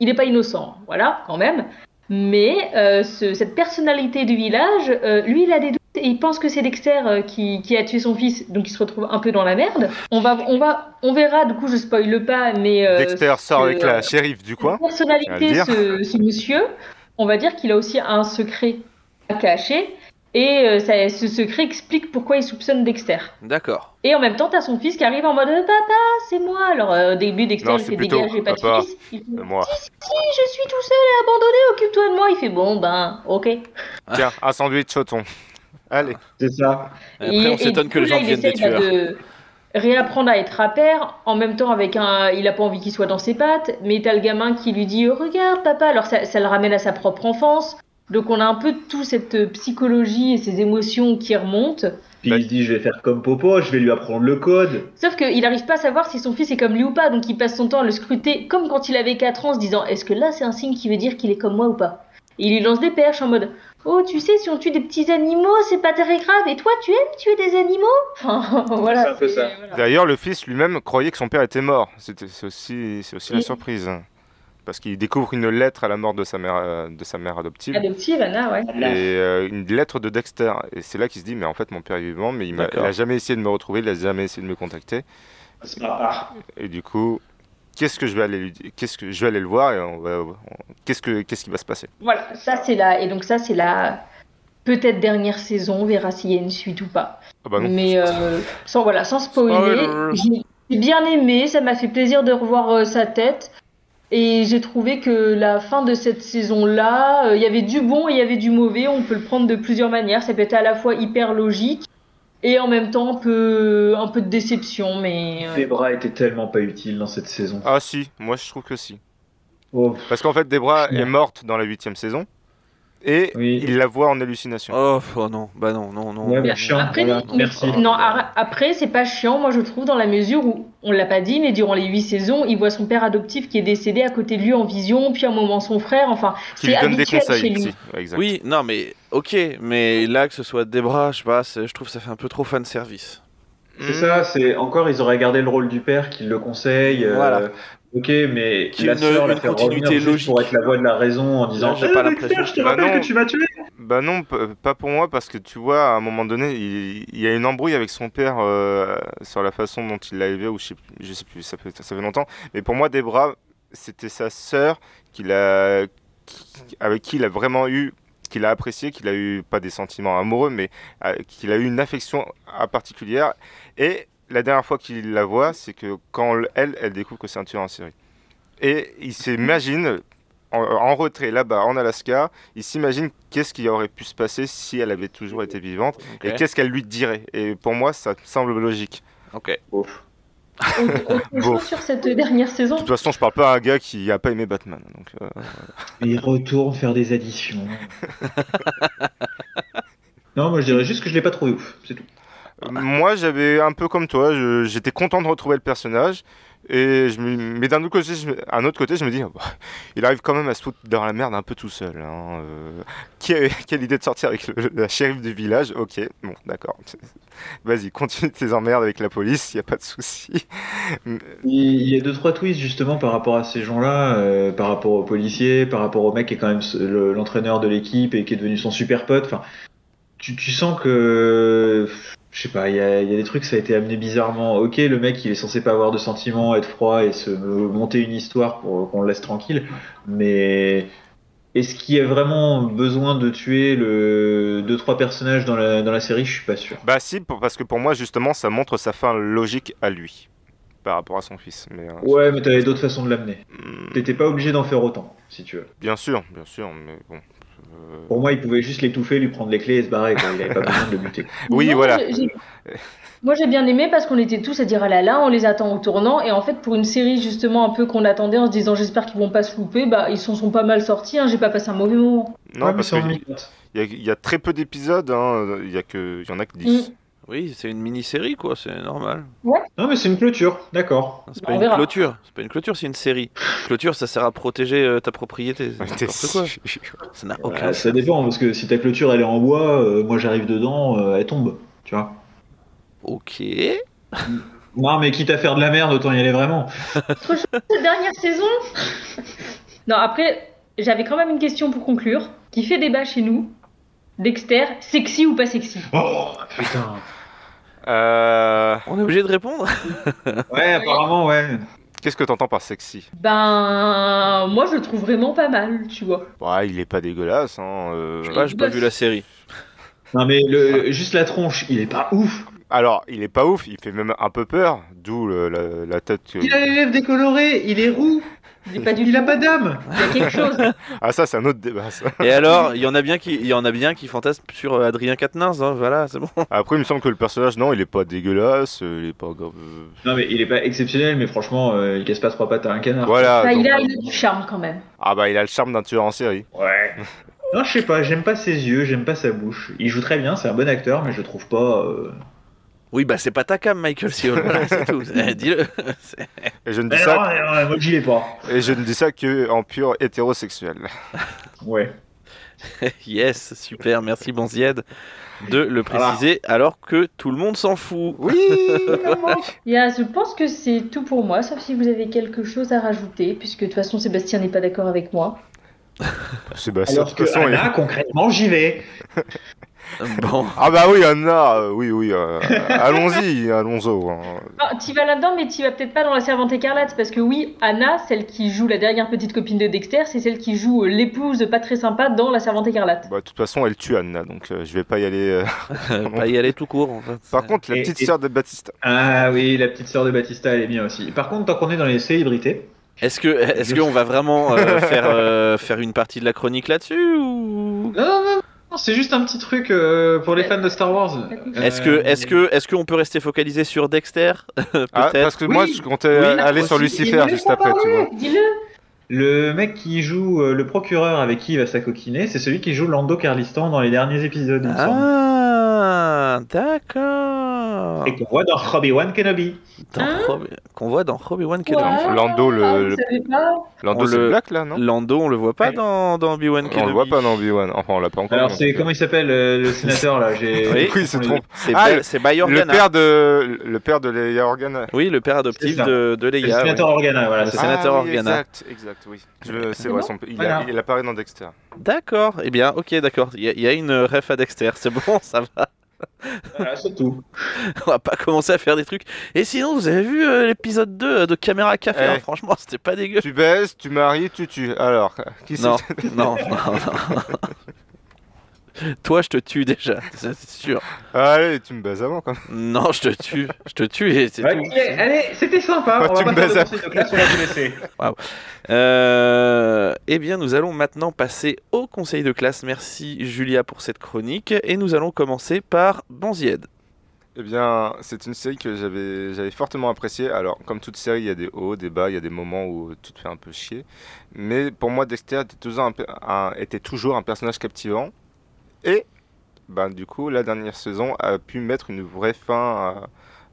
Speaker 3: Il n'est pas innocent, voilà, quand même. Mais euh, ce- cette personnalité du village, euh, lui, il a des doutes et il pense que c'est Dexter euh, qui, qui a tué son fils, donc il se retrouve un peu dans la merde. On va, on va, on verra. Du coup, je spoile pas, mais euh,
Speaker 2: Dexter sort avec
Speaker 3: que-
Speaker 2: la shérif du coin.
Speaker 3: cette personnalité,
Speaker 2: Tiens à
Speaker 3: ce, ce monsieur, on va dire qu'il a aussi un secret à cacher, et euh, ça- ce secret explique pourquoi il soupçonne Dexter.
Speaker 1: D'accord.
Speaker 3: Et en même temps, t'as son fils qui arrive en mode Papa, c'est moi Alors euh, au début, Dexter
Speaker 2: Non,
Speaker 3: il
Speaker 2: c'est
Speaker 3: fait
Speaker 2: plutôt
Speaker 3: dégage, j'ai pas de
Speaker 2: Papa,
Speaker 3: fils. Il fait,
Speaker 2: Euh, Moi.
Speaker 3: Si, je suis tout seul et abandonné, occupe-toi de moi. Il fait Bon, ben, ok.
Speaker 2: Tiens, un sandwich au thon. Allez.
Speaker 4: C'est ça.
Speaker 1: Et après, on
Speaker 3: du
Speaker 1: s'étonne que
Speaker 3: coup,
Speaker 1: les gens
Speaker 3: là, il
Speaker 1: deviennent des
Speaker 3: essaye, bah,
Speaker 1: tueurs.
Speaker 3: de réapprendre à être à pair, en même temps avec un... Il a pas envie qu'il soit dans ses pattes, mais t'as le gamin qui lui dit oh, Regarde papa », alors ça, ça le ramène à sa propre enfance. Donc on a un peu tout cette psychologie et ces émotions qui remontent.
Speaker 4: Puis il se dit, je vais faire comme Popo, je vais lui apprendre le code.
Speaker 3: Sauf qu'il n'arrive pas à savoir si son fils est comme lui ou pas, donc il passe son temps à le scruter comme quand il avait 4 ans, en se disant est-ce que là c'est un signe qui veut dire qu'il est comme moi ou pas Et il lui lance des perches en mode oh tu sais si on tue des petits animaux c'est pas très grave et toi tu aimes tuer des animaux Enfin voilà.
Speaker 4: C'est un peu ça.
Speaker 3: voilà.
Speaker 2: D'ailleurs, le fils lui-même croyait que son père était mort. C'était- C'est aussi, c'est aussi la
Speaker 3: Oui.
Speaker 2: surprise. Parce qu'il découvre une lettre à la mort de sa mère, euh, de sa mère adoptive.
Speaker 3: Adoptive Anna ouais.
Speaker 2: Et euh, une lettre de Dexter. Et c'est là qu'il se dit, mais en fait, mon père est vivant, mais il m'a- il
Speaker 1: D'accord.
Speaker 2: a jamais essayé de me retrouver, il a jamais essayé de me contacter.
Speaker 4: C'est pas rare.
Speaker 2: Et du coup, qu'est-ce que je vais aller lui dire Qu'est-ce que je vais aller le voir et on va, on- qu'est-ce que qu'est-ce qui va se passer
Speaker 3: Voilà ça c'est la et donc ça c'est la peut-être dernière saison on verra s'il y a une suite ou pas.
Speaker 2: Ah bah non.
Speaker 3: Mais euh, sans, voilà, sans spoiler,
Speaker 1: Spoiler.
Speaker 3: j'ai- j'ai bien aimé, ça m'a fait plaisir de revoir euh, sa tête. Et j'ai trouvé que la fin de cette saison-là, euh, il y avait du bon et il y avait du mauvais. On peut le prendre de plusieurs manières. Ça peut être à la fois hyper logique et en même temps un peu, un peu de déception. Mais euh,
Speaker 4: Debra était tellement pas utile dans cette saison.
Speaker 2: Ah si, moi je trouve que si.
Speaker 4: Oh,
Speaker 2: Parce qu'en fait,
Speaker 3: Mm.
Speaker 2: Debra est morte dans la huitième saison et
Speaker 4: Oui.
Speaker 2: il la voit en hallucination.
Speaker 1: Oh, oh non, bah non, non, non.
Speaker 4: ouais,
Speaker 1: non,
Speaker 4: mais chiant.
Speaker 3: Après,
Speaker 4: voilà.
Speaker 3: il-
Speaker 4: Merci.
Speaker 3: non, ar- après, c'est pas chiant, moi je trouve, dans la mesure où, on l'a pas dit, mais durant les huit saisons, il voit son père adoptif qui est décédé à côté de lui en vision, puis à un moment son frère. Enfin,
Speaker 2: qui lui
Speaker 3: c'est
Speaker 2: donne des
Speaker 3: habituel chez
Speaker 2: conseils.
Speaker 3: lui.
Speaker 2: si, exact.
Speaker 1: Oui, non, mais ok, mais là que ce soit Debra, je sais pas, c'est- je trouve que ça fait un peu trop fan service.
Speaker 4: C'est ça, c'est encore ils auraient gardé le rôle du père qui le conseille. euh,
Speaker 1: Voilà.
Speaker 4: Ok, mais
Speaker 1: Qui
Speaker 4: la
Speaker 1: une-
Speaker 4: sœur la
Speaker 1: une
Speaker 4: fait
Speaker 1: continuité
Speaker 4: revenir
Speaker 1: logique.
Speaker 4: juste pour être la voix de la raison en disant
Speaker 1: j'ai
Speaker 4: Eh,
Speaker 1: pas
Speaker 4: mais
Speaker 1: l'impression.
Speaker 4: Pierre, je te
Speaker 2: Bah
Speaker 4: rappelle
Speaker 2: non.
Speaker 4: que tu m'as tué.
Speaker 2: Bah non, p- pas pour moi, parce que tu vois, à un moment donné, il, il y a une embrouille avec son père euh, sur la façon dont il l'a élevé, ou je sais, plus- je sais plus, ça fait, ça fait longtemps. Mais pour moi, Debra, c'était sa sœur qu'il a, qui- avec qui il a vraiment eu, qu'il a apprécié, qu'il a eu, pas des sentiments amoureux, mais euh, qu'il a eu une affection à particulière. Et la dernière fois qu'il la voit, c'est que quand elle, elle découvre que c'est un tueur en série. Et il s'imagine, en, en retrait là-bas, en Alaska, il s'imagine qu'est-ce qui aurait pu se passer si elle avait toujours été vivante
Speaker 1: Ok.
Speaker 2: et qu'est-ce qu'elle lui dirait. Et pour moi, ça me semble logique.
Speaker 1: Ok.
Speaker 4: Ouf.
Speaker 3: Autre- autre
Speaker 2: Bon.
Speaker 3: chose sur cette dernière saison.
Speaker 2: De toute façon, je parle pas à un gars qui a pas aimé Batman. Donc, euh,
Speaker 4: Il retourne faire des additions. non, moi je dirais juste que je l'ai pas trouvé ouf, c'est tout.
Speaker 2: Moi, j'avais un peu comme toi, je- j'étais content de retrouver le personnage. Et je me- mais d'un autre côté, je, me- un autre côté, je me dis, oh, bah, il arrive quand même à se foutre dans la merde un peu tout seul. hein, euh. Quelle, quelle idée de sortir avec le- la shérif du village Ok, bon, d'accord. Vas-y, continue tes emmerdes avec la police, il n'y a pas de souci.
Speaker 4: Il y a deux trois twists justement par rapport à ces gens-là, euh, par rapport aux policiers, par rapport au mec qui est quand même ce- le- l'entraîneur de l'équipe et qui est devenu son super pote. Enfin, tu, tu sens que, je sais pas, il y a, il y a des trucs ça a été amené bizarrement. Ok, le mec il est censé pas avoir de sentiments, être froid et se monter une histoire pour qu'on le laisse tranquille, mais est-ce qu'il y a vraiment besoin de tuer le deux trois personnages dans la dans la série Je suis pas sûr.
Speaker 2: Bah si, pour- parce que pour moi, justement, ça montre sa fin logique à lui, par rapport à son fils. Mais, euh,
Speaker 4: Ouais, mais t'avais d'autres façons de l'amener.
Speaker 2: hmm,
Speaker 4: T'étais pas obligé d'en faire autant, si tu veux.
Speaker 2: bien sûr, bien sûr, mais bon. euh,
Speaker 4: Pour moi, il pouvait juste l'étouffer, lui prendre les clés et se barrer. quoi. Il avait pas besoin de le buter.
Speaker 2: Oui,
Speaker 3: Moi,
Speaker 2: voilà.
Speaker 3: j'ai- j'ai- Moi j'ai bien aimé parce qu'on était tous à dire ah là là, on les attend au tournant et en fait pour une série justement un peu qu'on attendait en se disant j'espère qu'ils vont pas se louper, bah ils s'en sont pas mal sortis, hein, j'ai pas passé un mauvais moment.
Speaker 2: Non,
Speaker 4: Ouais, mais
Speaker 2: parce
Speaker 4: c'est
Speaker 2: qu'il
Speaker 4: en minutes. Mm.
Speaker 2: y, a- il y a très peu d'épisodes, hein, il y, a que- il y en a que 10.
Speaker 1: Oui, c'est une mini-série, quoi, c'est normal.
Speaker 4: Non, mais c'est une clôture, d'accord.
Speaker 1: C'est
Speaker 3: Bah,
Speaker 1: pas
Speaker 3: on
Speaker 1: une
Speaker 3: verra.
Speaker 1: clôture, c'est pas une clôture, c'est une série. Clôture, ça sert à protéger euh, ta propriété. c'est
Speaker 2: Ouais, t'es
Speaker 1: n'importe quoi.
Speaker 2: sûr.
Speaker 1: Ça n'a
Speaker 4: Euh,
Speaker 1: aucun sens.
Speaker 4: ça dépend, parce que si ta clôture elle est en bois, euh, moi j'arrive dedans, euh, elle tombe, tu vois.
Speaker 1: Ok.
Speaker 4: Non, mais quitte à faire de la merde, autant y aller vraiment.
Speaker 3: Cette dernière saison Non, après, j'avais quand même une question pour conclure, qui fait débat chez nous. Dexter, sexy ou pas sexy
Speaker 4: Oh putain.
Speaker 2: Euh,
Speaker 1: On est obligé de répondre
Speaker 4: Ouais, apparemment, ouais.
Speaker 2: Qu'est-ce que t'entends par sexy
Speaker 3: Ben, moi je le trouve vraiment pas mal, tu vois.
Speaker 2: Ouais, Bah, il est pas dégueulasse. Hein, euh.
Speaker 1: Je sais pas, j'ai pas vu la série.
Speaker 4: Non, mais le, juste la tronche, il est pas ouf.
Speaker 2: Alors, il est pas ouf, il fait même un peu peur, d'où le- la, la tête. que-
Speaker 4: Il a les lèvres décolorées, il est roux,
Speaker 3: Il est pas du
Speaker 4: il a pas d'âme.
Speaker 3: il y a quelque chose.
Speaker 2: Ah, ça, c'est un autre débat. ça.
Speaker 1: Et alors, il y en a bien qui, il y en a bien qui fantasment sur euh, Adrien Quatennens, hein, voilà, c'est bon.
Speaker 2: Après, il me semble que le personnage, non, il est pas dégueulasse, euh, il est pas. grave, euh,
Speaker 4: Non, mais il est pas exceptionnel, mais franchement, euh, il casse pas trois pattes à un canard.
Speaker 2: Voilà.
Speaker 3: Bah,
Speaker 2: Ah, donc- euh,
Speaker 3: il, a, il a du charme quand même.
Speaker 2: Ah, bah, il a le charme d'un tueur en série.
Speaker 4: Ouais. Non, je sais pas, j'aime pas ses yeux, j'aime pas sa bouche. Il joue très bien, c'est un bon acteur, mais je trouve pas. euh,
Speaker 1: Oui, bah c'est pas ta cam, Michael Cole, voilà, c'est tout. Eh, Dis-le. C'est-
Speaker 2: Et je ne dis
Speaker 4: Eh non,
Speaker 2: ça,
Speaker 4: eh non, moi j'y vais pas.
Speaker 2: et je ne dis ça que en pur hétérosexuel.
Speaker 4: Ouais.
Speaker 1: yes, super, merci Banzied de le préciser, alors que tout le monde s'en fout.
Speaker 2: Oui.
Speaker 3: Il y a- je pense que c'est tout pour moi, sauf si vous avez quelque chose à rajouter, puisque de toute façon Sébastien n'est pas d'accord avec moi.
Speaker 2: Sébastien, de
Speaker 4: Alors
Speaker 2: toute
Speaker 4: que
Speaker 2: bah, façon, il-
Speaker 4: Anna, concrètement, j'y vais.
Speaker 1: Bon,
Speaker 2: Ah bah oui, Anna, euh, oui, oui, euh, allons-y, allons-y. hein.
Speaker 3: Ah, t'y vas là-dedans, mais t'y vas peut-être pas dans La Servante Écarlate, parce que oui, Anna, celle qui joue la dernière petite copine de Dexter, c'est celle qui joue euh, l'épouse pas très sympa dans La Servante Écarlate.
Speaker 2: Bah, de toute façon, elle tue Anna, donc euh, je vais pas y aller. euh.
Speaker 1: pas y aller tout court en fait.
Speaker 2: Par contre, la
Speaker 4: Et-
Speaker 2: petite
Speaker 4: et-
Speaker 2: sœur de Baptiste.
Speaker 4: Ah oui, la petite sœur de Batista, elle est bien aussi. Par contre, tant qu'on est dans les célébrités,
Speaker 1: est-ce que est-ce qu'on va vraiment euh, faire euh, faire une partie de la chronique là-dessus ou
Speaker 4: Non, non, non, non, c'est juste un petit truc euh, pour les fans de Star Wars. Euh,
Speaker 1: est-ce que est-ce que est-ce qu'on peut rester focalisé sur Dexter
Speaker 2: Ah,
Speaker 1: Euh, peut-être
Speaker 2: parce que moi,
Speaker 4: Oui,
Speaker 2: je comptais
Speaker 4: oui,
Speaker 2: aller sur
Speaker 4: aussi,
Speaker 2: Lucifer
Speaker 4: il
Speaker 2: juste après, tu vois.
Speaker 3: Dis-le
Speaker 4: le mec qui joue euh, le procureur avec qui il va s'acoquiner, c'est celui qui joue Lando Carlistan dans les derniers épisodes, il me semble.
Speaker 1: Ah, d'accord.
Speaker 4: Et qu'on voit dans Robbie One Kenobi.
Speaker 1: Dans Rob- Qu'on voit dans Obi-Wan Kenobi.
Speaker 3: Quoi
Speaker 2: Lando,
Speaker 3: Ah, vous
Speaker 2: le, le-
Speaker 3: savez pas
Speaker 2: Lando,
Speaker 1: on
Speaker 2: c'est
Speaker 1: Oh, le-
Speaker 2: Black, là, non
Speaker 1: Lando, on le voit pas
Speaker 4: Ouais.
Speaker 1: dans, dans Obi-Wan Kenobi.
Speaker 2: On le voit pas dans Obi-Wan. Enfin, on l'a pas encore.
Speaker 4: Alors,
Speaker 2: mais-
Speaker 4: c'est comment il s'appelle euh, le sénateur là J'ai-
Speaker 1: Oui,
Speaker 2: Ah, Oui, il se trompe.
Speaker 1: C'est
Speaker 2: Ah,
Speaker 1: Ba-
Speaker 2: le-
Speaker 1: c'est Bail
Speaker 2: Le
Speaker 1: Organa.
Speaker 2: père de, le père de Leia Organa.
Speaker 1: Oui, le père adoptif
Speaker 4: C'est ça.
Speaker 1: de, de
Speaker 4: Le
Speaker 1: Leia. oui.
Speaker 4: sénateur Organa, voilà. c'est
Speaker 1: Le
Speaker 4: ça.
Speaker 1: sénateur
Speaker 2: Ah oui,
Speaker 1: Organa.
Speaker 2: Exact, exact, oui. Je- C'est vrai, son- il, a-
Speaker 4: Voilà.
Speaker 2: il apparaît dans Dexter.
Speaker 1: D'accord. Eh bien, ok, d'accord. Il y, a- il y a une euh, ref à Dexter. C'est bon, ça va.
Speaker 4: Voilà, c'est tout.
Speaker 1: On va pas commencer à faire des trucs. Et sinon, vous avez vu euh, l'épisode 2 de Caméra Café
Speaker 2: Eh.
Speaker 1: hein, Franchement, c'était pas dégueu.
Speaker 2: Tu baises, tu maries, tu tues. Alors, qui c'est
Speaker 1: Non, non, non, non. Toi, je te tue déjà, ça, c'est sûr.
Speaker 2: Allez, Ah tu me baises avant, quand même.
Speaker 1: Non, je te tue, je te tue et c'est
Speaker 4: Ouais,
Speaker 1: tout.
Speaker 4: ok, allez, c'était sympa.
Speaker 2: Ouais,
Speaker 4: on
Speaker 2: tu
Speaker 4: va
Speaker 2: me
Speaker 4: pas faire
Speaker 2: baises.
Speaker 4: de conseils de classe, on va vous laisser.
Speaker 1: Euh, eh bien, nous allons maintenant passer au conseil de classe. Merci Julia pour cette chronique. Et nous allons commencer par Banzied.
Speaker 2: Eh bien, c'est une série que j'avais j'avais fortement appréciée. Alors, comme toute série, il y a des hauts, des bas, il y a des moments où tu te fais un peu chier. Mais pour moi, Dexter était toujours un, pe- un- était toujours un personnage captivant. Et, ben, du coup, la dernière saison a pu mettre une vraie fin à,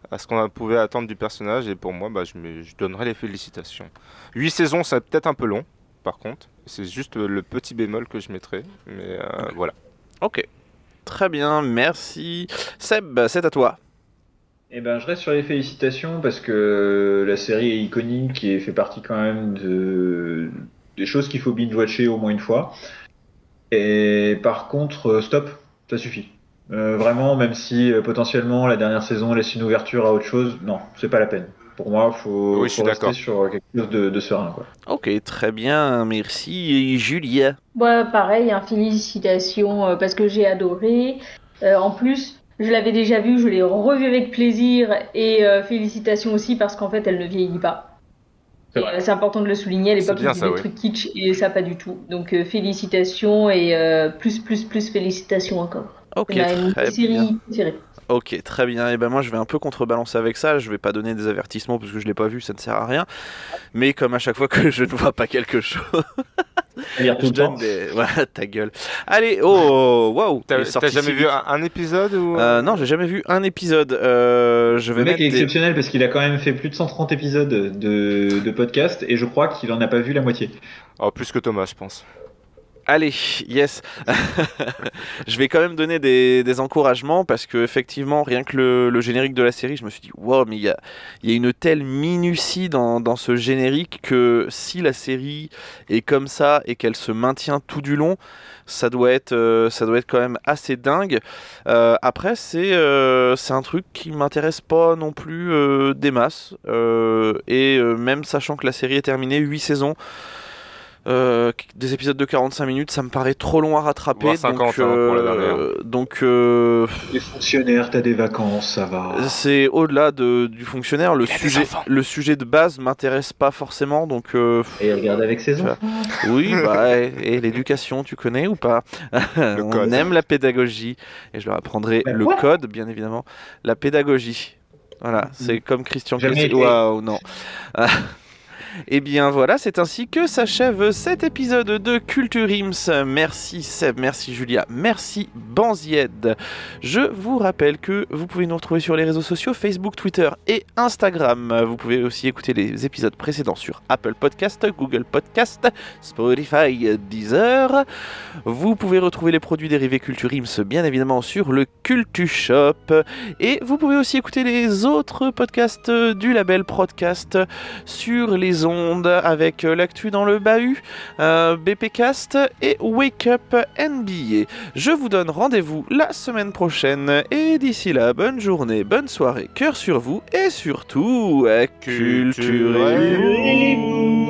Speaker 2: à ce qu'on pouvait attendre du personnage. Et pour moi, bah, je, me- je donnerai les félicitations. Huit saisons, c'est peut-être un peu long, par contre. C'est juste le petit bémol que je mettrais. Mais euh, voilà.
Speaker 1: Ok. Très bien, merci. Seb, c'est à toi.
Speaker 4: Eh ben, je reste sur les félicitations parce que la série est iconique et fait partie quand même de... des choses qu'il faut binge-watcher au moins une fois. Et par contre, euh, stop, ça suffit. Euh, vraiment, même si euh, potentiellement la dernière saison laisse une ouverture à autre chose, non, c'est pas la peine. Pour moi, faut,
Speaker 2: Oui, je suis
Speaker 4: faut rester
Speaker 2: d'accord.
Speaker 4: sur quelque chose de, de serein. Quoi.
Speaker 1: Ok, très bien, merci Et Julia.
Speaker 3: Bah, pareil, hein, félicitations, euh, parce que j'ai adoré. Euh, en plus, je l'avais déjà vu, je l'ai revu avec plaisir, et euh, félicitations aussi, parce qu'en fait, elle ne vieillit pas.
Speaker 4: C'est
Speaker 3: Et,
Speaker 4: vrai.
Speaker 3: euh, C'est important de le souligner, elle est
Speaker 2: C'est
Speaker 3: pas
Speaker 2: bien
Speaker 3: plus
Speaker 2: ça,
Speaker 3: des
Speaker 2: oui.
Speaker 3: trucs kitsch, et ça, pas du tout. Donc, euh, félicitations, et euh, plus, plus, plus félicitations encore.
Speaker 1: Ok,
Speaker 3: C'est ma
Speaker 1: très bien.
Speaker 3: série préférée.
Speaker 1: Ok, très bien. Et ben moi, je vais un peu contrebalancer avec ça. Je vais pas donner des avertissements parce que je l'ai pas vu, ça ne sert à rien. Mais comme à chaque fois que je ne vois pas quelque chose,
Speaker 7: à lire tout
Speaker 1: je
Speaker 7: le temps.
Speaker 1: donne des. Voilà, ta gueule. Allez, oh, waouh. il
Speaker 2: T'as
Speaker 1: est sorti
Speaker 2: t'as jamais
Speaker 1: si
Speaker 2: vu
Speaker 1: vite.
Speaker 2: un, un épisode ou...
Speaker 1: Euh, Non, j'ai jamais vu un épisode. Euh, je vais
Speaker 7: Le mec
Speaker 1: mettre.
Speaker 7: est
Speaker 1: Des...
Speaker 7: exceptionnel parce qu'il a quand même fait plus de 130 épisodes de, de podcast et je crois qu'il en a pas vu la moitié.
Speaker 2: Oh, plus que Thomas, je pense.
Speaker 1: Allez, yes. je vais quand même donner des, des encouragements parce que effectivement, rien que le, le générique de la série, je me suis dit, wow, mais il y a, il y a une telle minutie dans, dans ce générique que si la série est comme ça et qu'elle se maintient tout du long, ça doit être, euh, ça doit être quand même assez dingue. Euh, après, c'est euh, c'est un truc qui m'intéresse pas non plus euh, des masses. Euh, et euh, même sachant que la série est terminée, 8 saisons, euh, des épisodes de 45 minutes, ça me paraît trop long à rattraper.
Speaker 2: Voire 50,
Speaker 1: donc,
Speaker 2: hein, pour la
Speaker 1: euh,
Speaker 2: dernière.
Speaker 1: donc euh,
Speaker 7: Les fonctionnaires, t'as des vacances, ça va.
Speaker 1: c'est au-delà de- du fonctionnaire. Le sujet, le sujet de base m'intéresse pas forcément, donc euh,
Speaker 7: Et regarde avec ses enfants.
Speaker 1: oui, bah, et, et l'éducation, tu connais ou pas On
Speaker 2: code.
Speaker 1: aime la pédagogie, et je leur apprendrai
Speaker 7: Ben
Speaker 1: le
Speaker 7: voilà.
Speaker 1: code, bien évidemment, la pédagogie. Voilà, c'est comme Christian
Speaker 7: Mm. Jamais
Speaker 1: Clavier.
Speaker 7: été.
Speaker 1: Waouh, non. Ah. Eh bien voilà, c'est ainsi que s'achève cet épisode de Culture Ims. Merci Seb, merci Julia, merci Banzied. Je vous rappelle que vous pouvez nous retrouver sur les réseaux sociaux Facebook, Twitter et Instagram. Vous pouvez aussi écouter les épisodes précédents sur Apple Podcast, Google Podcast, Spotify, Deezer. Vous pouvez retrouver les produits dérivés Culture Ims bien évidemment sur le Cultu Shop et vous pouvez aussi écouter les autres podcasts euh, du label Podcast sur les ondes avec euh, l'actu dans le bahut, euh, BPcast et Wake Up NBA. Je vous donne rendez-vous la semaine prochaine et d'ici là, bonne journée, bonne soirée, cœur sur vous et surtout, euh, culturez-vous.